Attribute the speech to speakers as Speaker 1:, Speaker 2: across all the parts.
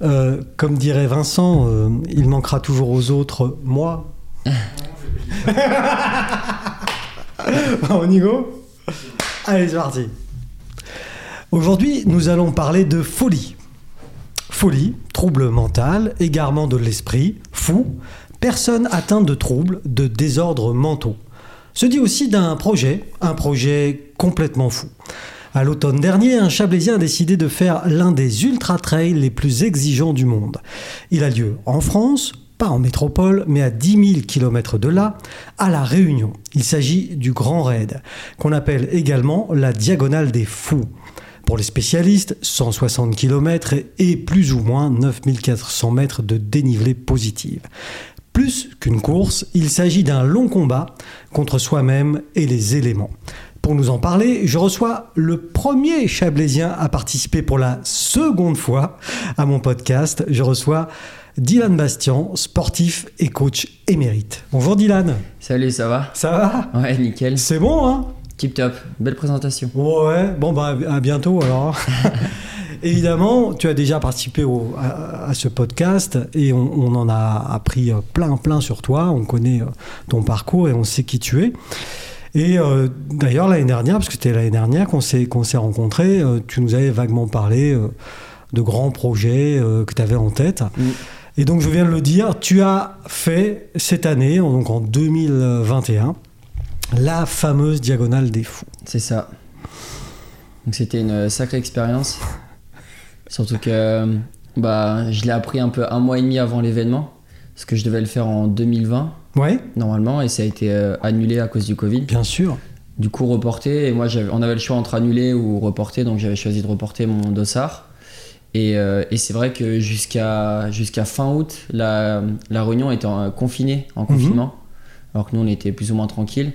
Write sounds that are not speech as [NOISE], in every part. Speaker 1: Euh, comme dirait Vincent, euh, il manquera toujours aux autres, moi. On y go Allez, c'est parti. Aujourd'hui, nous allons parler de folie. Folie, trouble mental, égarement de l'esprit, fou, personne atteinte de troubles, de désordres mentaux. Se dit aussi d'un projet, un projet complètement fou. À l'automne dernier, un Chablaisien a décidé de faire l'un des ultra-trails les plus exigeants du monde. Il a lieu en France, pas en métropole, mais à 10 000 km de là, à La Réunion. Il s'agit du Grand Raid, qu'on appelle également la Diagonale des Fous. Pour les spécialistes, 160 km et plus ou moins 9400 mètres de dénivelé positif. Plus qu'une course, il s'agit d'un long combat contre soi-même et les éléments. Pour nous en parler, je reçois le premier Chablaisien à participer pour la seconde fois à mon podcast. Je reçois Dylan Bastian, sportif et coach émérite. Bonjour Dylan,
Speaker 2: Salut, ça va
Speaker 1: ça
Speaker 2: Ouais, nickel.
Speaker 1: va C'est bon, hein
Speaker 2: Tip top. Belle présentation.
Speaker 1: Ouais, bon bah à bientôt alors. Évidemment, tu as déjà participé au- à, à ce podcast et on, on en a appris euh, plein plein sur toi. On connaît euh, ton parcours et on sait qui tu es. Et euh, d'ailleurs l'année dernière, parce que c'était l'année dernière qu'on s'est qu'on s'est rencontrés, euh, tu nous avais vaguement parlé euh, de grands projets euh, que tu avais en tête.
Speaker 2: Mm.
Speaker 1: Et donc je viens de le dire, tu as fait cette année, en- donc en 2021, la fameuse diagonale des fous.
Speaker 2: C'est ça. Donc c'était une euh, sacrée expérience. Surtout que bah, je l'ai appris un peu un mois et demi avant l'événement. Parce que je devais le faire en 2020,
Speaker 1: Ouais,
Speaker 2: normalement, et ça a été euh, annulé à cause du Covid.
Speaker 1: bien sûr.
Speaker 2: Du coup, reporté. Et moi, j'avais- on avait le choix entre annuler ou reporter. Donc j'avais choisi de reporter mon dossard. Et, euh, et c'est vrai que jusqu'à jusqu'à fin août, la, la Réunion était en- confinée,
Speaker 1: Mhm.
Speaker 2: en confinement. Alors que nous, on était plus ou moins tranquille.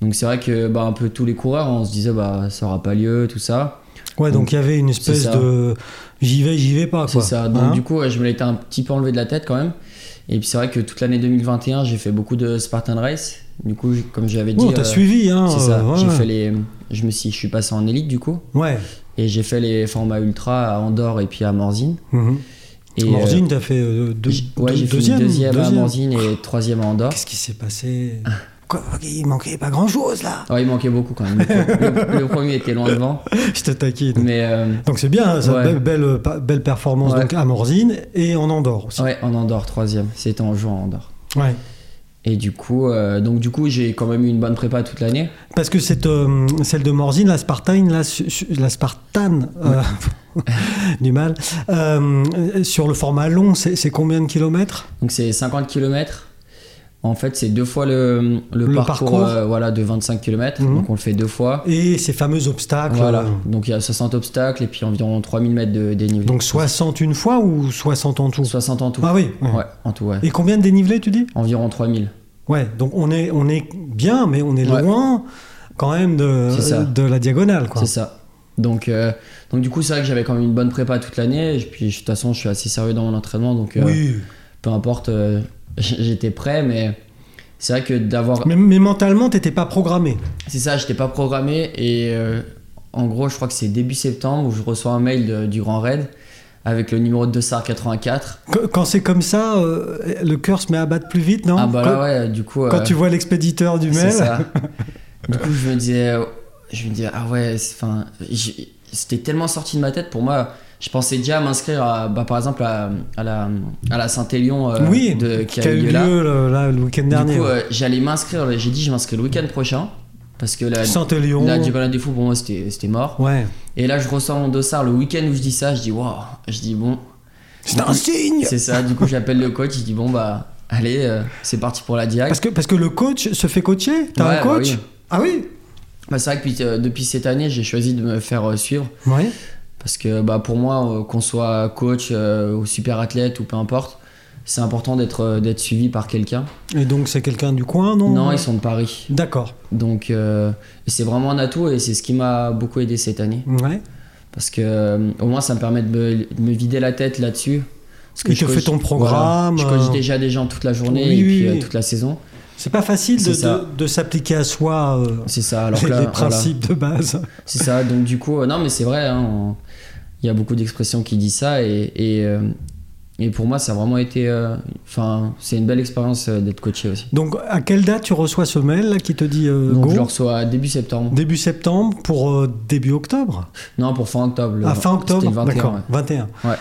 Speaker 2: Donc c'est vrai que bah, un peu tous les coureurs, on se disait bah ça aura pas lieu, tout ça.
Speaker 1: Ouais, donc
Speaker 2: Donc,
Speaker 1: il y avait une espèce
Speaker 2: ça.
Speaker 1: de j'y vais, j'y vais pas
Speaker 2: C'est
Speaker 1: quoi.
Speaker 2: ça. Donc
Speaker 1: Hein
Speaker 2: du coup, ouais, je me l'étais un petit peu enlevé de la tête quand même. Et puis c'est vrai que toute l'année 2021, j'ai fait beaucoup de Spartan Race. Du coup, j- comme j'avais dit,
Speaker 1: Bon, t'as
Speaker 2: euh,
Speaker 1: suivi hein.
Speaker 2: c'est ça.
Speaker 1: euh,
Speaker 2: J'ai
Speaker 1: ouais.
Speaker 2: fait les, je me suis, je suis passé en élite du coup,
Speaker 1: Ouais.
Speaker 2: et j'ai fait les formats ultra à Andorre et puis à Morzine.
Speaker 1: Mhm.
Speaker 2: Et
Speaker 1: Morzine, t'as fait euh, deux,
Speaker 2: euh, j- ouais,
Speaker 1: deux-
Speaker 2: j'ai fait
Speaker 1: deuxième,
Speaker 2: deuxième, à Ah.
Speaker 1: deuxième.
Speaker 2: Morzine et troisième à Andorre.
Speaker 1: Qu'est-ce qui s'est passé Quoi Il manquait pas grand chose
Speaker 2: [LAUGHS]
Speaker 1: là.
Speaker 2: Ouais, Ah il manquait beaucoup quand même. Le, pro- le- le premier était loin devant,
Speaker 1: Je te taquine.
Speaker 2: mais euh,
Speaker 1: Donc c'est bien, hein, ça,
Speaker 2: Ouais.
Speaker 1: belle, belle, euh, pa- belle performance
Speaker 2: Ouais.
Speaker 1: donc à Morzine et en Andorre aussi.
Speaker 2: ouais, en Andorre troisième. C'était en juin à Andorre.
Speaker 1: Ouais.
Speaker 2: Et du coup, euh, donc du coup, j'ai quand même eu une bonne prépa toute l'année.
Speaker 1: Parce que cette, euh, celle de Morzine, la Spartane, la, su- su- la Spartane, euh, [LAUGHS] du mal, euh, euh, sur le format long, c'est c'est combien de kilomètres
Speaker 2: Donc c'est 50 km. En fait, c'est deux fois le, le
Speaker 1: Le
Speaker 2: parcours,
Speaker 1: parcours.
Speaker 2: euh, voilà, de 25 km.
Speaker 1: Mhm.
Speaker 2: Donc on le fait deux fois.
Speaker 1: Et ces fameux obstacles
Speaker 2: Voilà.
Speaker 1: euh,
Speaker 2: Donc il y a 60 obstacles et puis environ 3000 mètres de dénivelé.
Speaker 1: Donc 60 une fois ou 60 en tout
Speaker 2: 60 en tout.
Speaker 1: Ah oui. ouais.
Speaker 2: Ouais, en tout, ouais.
Speaker 1: Et combien de dénivelé tu dis
Speaker 2: Environ 3000.
Speaker 1: Ouais, donc on est, on est bien, mais on est
Speaker 2: Ouais.
Speaker 1: loin quand même
Speaker 2: C'est ça.
Speaker 1: de, de la diagonale. Quoi.
Speaker 2: C'est ça. Donc, euh, donc du coup, c'est vrai que j'avais quand même une bonne prépa toute l'année. Et puis de toute façon, je suis assez sérieux dans mon entraînement. Donc euh,
Speaker 1: Oui,
Speaker 2: peu importe, euh, [LAUGHS] j'étais prêt. Mais c'est vrai que d'avoir
Speaker 1: mais, mais mentalement, t'étais pas programmé.
Speaker 2: C'est ça, j'étais pas programmé et euh, en gros, je crois que c'est début septembre où je reçois un mail de- du Grand Raid avec le numéro de Dossard 84.
Speaker 1: Qu- Quand c'est comme ça, euh, le cœur se met à battre plus vite, non
Speaker 2: ah bah
Speaker 1: quand,
Speaker 2: là, ouais, du coup.
Speaker 1: quand
Speaker 2: euh,
Speaker 1: tu vois l'expéditeur du
Speaker 2: c'est
Speaker 1: mail.
Speaker 2: ça. du coup, je me disais, je me disais, ah ouais, c'est- enfin, j'ai- c'était tellement sorti de ma tête pour moi. Je pensais déjà à m'inscrire, à, bah, par exemple, à, à la, à la Saint-Élion euh,
Speaker 1: oui,
Speaker 2: de-
Speaker 1: qui a eu lieu
Speaker 2: là.
Speaker 1: le, là, le week-end dernier.
Speaker 2: Du coup, euh, j'allais m'inscrire, j'ai dit, je m'inscris le week-end prochain parce que la,
Speaker 1: Saint-Élion.
Speaker 2: la Diagonale des Fous, pour moi, c'était c'était mort.
Speaker 1: Ouais.
Speaker 2: Et là, je ressors mon dossard le week-end où je dis ça. Je dis, waouh, je dis, bon,
Speaker 1: C'est un signe
Speaker 2: c'est ça. Du coup, j'appelle le coach. Je dis, bon, bah, allez, euh, c'est parti pour la direct.
Speaker 1: parce que, parce que le coach se fait coacher T'as
Speaker 2: Ouais,
Speaker 1: un
Speaker 2: bah
Speaker 1: coach
Speaker 2: oui.
Speaker 1: Ah oui
Speaker 2: Bah, c'est vrai que puis, euh, depuis cette année, j'ai choisi de me faire euh, suivre.
Speaker 1: Ouais.
Speaker 2: Parce que bah, pour moi, euh, qu'on soit coach euh, ou super athlète ou peu importe, c'est important d'être euh, d'être suivi par quelqu'un.
Speaker 1: Et donc c'est quelqu'un du coin, non
Speaker 2: Non, ils sont de Paris.
Speaker 1: D'accord.
Speaker 2: Donc, euh, c'est vraiment un atout et c'est ce qui m'a beaucoup aidé cette année.
Speaker 1: Ouais.
Speaker 2: Parce que euh, au moins, ça me permet de me, de me vider la tête là-dessus. Parce
Speaker 1: Il te fait ton programme,
Speaker 2: voilà, je
Speaker 1: euh,
Speaker 2: coach déjà des gens toute la journée
Speaker 1: Oui,
Speaker 2: et
Speaker 1: oui,
Speaker 2: puis euh,
Speaker 1: oui.
Speaker 2: toute la saison.
Speaker 1: C'est pas facile
Speaker 2: C'est
Speaker 1: de,
Speaker 2: ça.
Speaker 1: de, de s'appliquer à soi euh,
Speaker 2: C'est ça. Alors
Speaker 1: les,
Speaker 2: que là,
Speaker 1: les
Speaker 2: voilà,
Speaker 1: principes de base.
Speaker 2: c'est ça. Donc du coup, euh, non, mais c'est vrai. hein, on- Il y a beaucoup d'expressions qui disent ça et, et, euh, et pour moi, ça a vraiment été. euh, Enfin, c'est une belle expérience euh, d'être coaché aussi.
Speaker 1: Donc, à quelle date tu reçois ce mail là, qui te dit euh,
Speaker 2: Donc,
Speaker 1: go
Speaker 2: je le reçois début septembre.
Speaker 1: Début septembre pour euh, début octobre
Speaker 2: Non, pour fin octobre. le-
Speaker 1: À Ah, fin octobre
Speaker 2: Euh, C'était le 21.
Speaker 1: D'accord,
Speaker 2: ouais.
Speaker 1: 21.
Speaker 2: Ouais.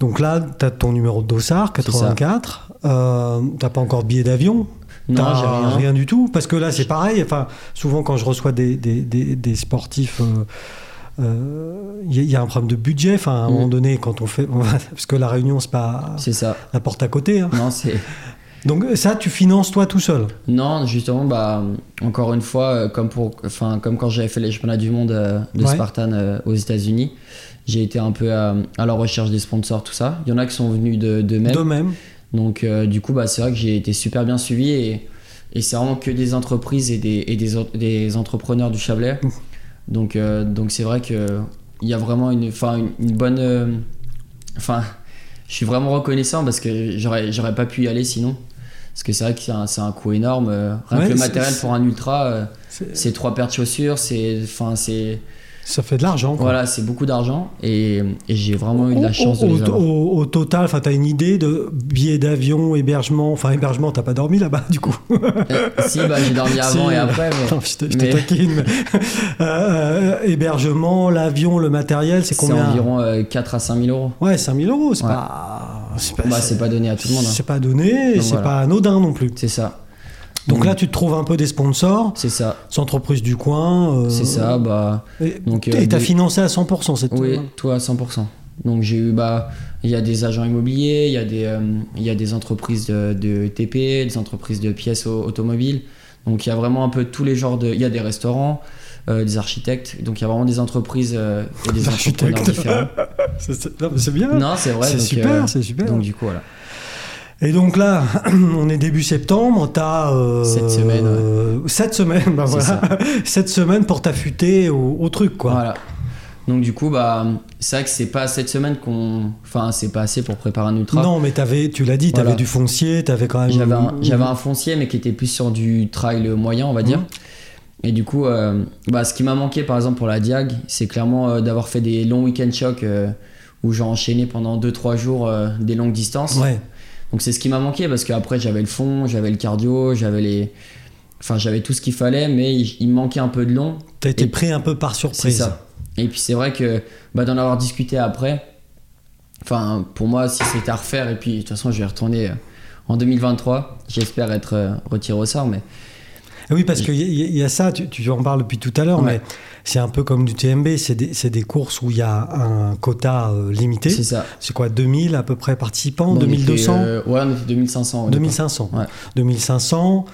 Speaker 1: Donc là, tu as ton numéro de dossard,
Speaker 2: C'est ça.
Speaker 1: 84. Euh, t'as pas encore de billet d'avion
Speaker 2: Non, j'ai
Speaker 1: T'as
Speaker 2: rien.
Speaker 1: rien du tout Parce que là, c'est pareil. Enfin, souvent, quand je reçois des, des, des- des sportifs, euh, euh, il y, a- il y a un problème de budget. Enfin, à un
Speaker 2: Mm.
Speaker 1: moment donné, quand on fait. [LAUGHS] Parce que la réunion, c'est pas
Speaker 2: C'est ça.
Speaker 1: la porte à côté. hein.
Speaker 2: Non, c'est.
Speaker 1: Donc, ça, tu finances toi tout seul.
Speaker 2: Non, justement, bah, encore une fois, euh, comme, pour, enfin, comme quand j'avais fait les championnats du monde euh, de
Speaker 1: Ouais.
Speaker 2: Spartan euh, aux États-Unis, j'ai été un peu à, à la recherche des sponsors, tout ça. Il y en a qui sont venus de, de même.
Speaker 1: De même.
Speaker 2: Donc, euh, du coup, bah, c'est vrai que j'ai été super bien suivi et, et c'est vraiment que des entreprises et des, et des, en- des entrepreneurs du Chablais.
Speaker 1: Mmh.
Speaker 2: Donc, euh, donc c'est vrai qu'il y a vraiment une, enfin, une, une bonne. euh, Enfin, je suis vraiment reconnaissant parce que j'aurais j'aurais pas pu y aller sinon. Parce que c'est vrai que c'est un, c'est un coût énorme. euh, rien
Speaker 1: Ouais,
Speaker 2: que le
Speaker 1: c'est-
Speaker 2: matériel pour un ultra, euh,
Speaker 1: C'est-
Speaker 2: c'est trois paires de chaussures, c'est. Enfin, c'est.
Speaker 1: Ça fait de l'argent. quoi.
Speaker 2: Voilà, c'est beaucoup d'argent et, et j'ai vraiment eu de
Speaker 1: Au-
Speaker 2: la chance
Speaker 1: au,
Speaker 2: de
Speaker 1: au-
Speaker 2: les avoir.
Speaker 1: au- au total, enfin, t'as une idée de billets d'avion, hébergement. Enfin, hébergement, t'as pas dormi là-bas, du coup.
Speaker 2: Euh, si, bah, j'ai dormi
Speaker 1: [LAUGHS]
Speaker 2: avant
Speaker 1: Si.
Speaker 2: et après, mais.
Speaker 1: [LAUGHS] Non, je te, je te
Speaker 2: Mais-
Speaker 1: taquine. mais- [LAUGHS] Euh, euh, hébergement, l'avion, le matériel, c'est
Speaker 2: C'est
Speaker 1: combien
Speaker 2: environ euh, 4 à 5 000 euros.
Speaker 1: Ouais, 5000 euros, c'est
Speaker 2: Ouais.
Speaker 1: pas. C'est pas,
Speaker 2: Bah, c'est pas donné à tout le monde. hein.
Speaker 1: c'est pas donné, et
Speaker 2: Donc
Speaker 1: c'est
Speaker 2: voilà.
Speaker 1: pas anodin non plus.
Speaker 2: C'est ça.
Speaker 1: Donc
Speaker 2: Mm.
Speaker 1: là, tu te trouves un peu des sponsors,
Speaker 2: C'est ça.
Speaker 1: des entreprises du coin. euh,
Speaker 2: C'est ça. Bah,
Speaker 1: Et
Speaker 2: donc, euh,
Speaker 1: et t'as
Speaker 2: des-
Speaker 1: financé à 100% cette.
Speaker 2: oui, toi à 100%. Donc j'ai eu, bah, il y a des agents immobiliers, il y, a des, euh, il y a des entreprises de, de TP, des entreprises de pièces au- automobiles. Donc il y a vraiment un peu tous les genres de. Il y a des restaurants, euh, des architectes. Donc il y a vraiment des entreprises euh, et des
Speaker 1: Des
Speaker 2: entrepreneurs
Speaker 1: architectes.
Speaker 2: différents.
Speaker 1: [LAUGHS] C'est- c'est non, mais c'est bien.
Speaker 2: Non, c'est vrai.
Speaker 1: c'est
Speaker 2: donc,
Speaker 1: super,
Speaker 2: euh,
Speaker 1: c'est super.
Speaker 2: Donc du coup, voilà.
Speaker 1: Et donc là, [CLEARS THROAT] on est début septembre, t'as. Euh,
Speaker 2: Sept semaines, ouais.
Speaker 1: euh, Sept semaines, [LAUGHS] bah
Speaker 2: C'est
Speaker 1: voilà. Sept semaines pour t'affûter au, au truc, quoi.
Speaker 2: Voilà. Donc du coup, bah, c'est vrai que c'est pas cette semaine qu'on. Enfin, c'est pas assez pour préparer un ultra.
Speaker 1: Non, mais t'avais, tu l'as dit, t'avais
Speaker 2: Voilà.
Speaker 1: du foncier, t'avais quand même.
Speaker 2: J'avais un, j'avais un foncier, mais qui était plus sur du trail moyen, on va dire.
Speaker 1: Mhm.
Speaker 2: Et du coup, euh, bah, ce qui m'a manqué, par exemple, pour la Diag, c'est clairement euh, d'avoir fait des longs week-end chocs euh, où j'ai enchaîné pendant 2-3 jours euh, des longues distances.
Speaker 1: Ouais.
Speaker 2: Donc c'est ce qui m'a manqué parce qu'après, j'avais le fond, j'avais le cardio, j'avais les. Enfin, j'avais tout ce qu'il fallait, mais il, il me manquait un peu de long.
Speaker 1: T'as été
Speaker 2: Et-
Speaker 1: pris un peu par
Speaker 2: C'est
Speaker 1: surprise.
Speaker 2: ça. Et puis c'est vrai que bah, d'en avoir discuté après, enfin pour moi si c'était à refaire, et puis de toute façon je vais y retourner euh, en 2023, j'espère être euh, retiré au sort, mais
Speaker 1: Ah Oui, parce qu'il y, y- y a ça, tu, tu en parles depuis tout à l'heure,
Speaker 2: Ouais.
Speaker 1: mais c'est un peu comme du TMB, c'est des, c'est des courses où il y a un quota euh, limité.
Speaker 2: c'est ça.
Speaker 1: C'est quoi, 2000 à peu près participants,
Speaker 2: On était,
Speaker 1: 2200
Speaker 2: euh, Ouais, on était 2500. au départ.
Speaker 1: 2500.
Speaker 2: Ouais. Mm.
Speaker 1: 2500,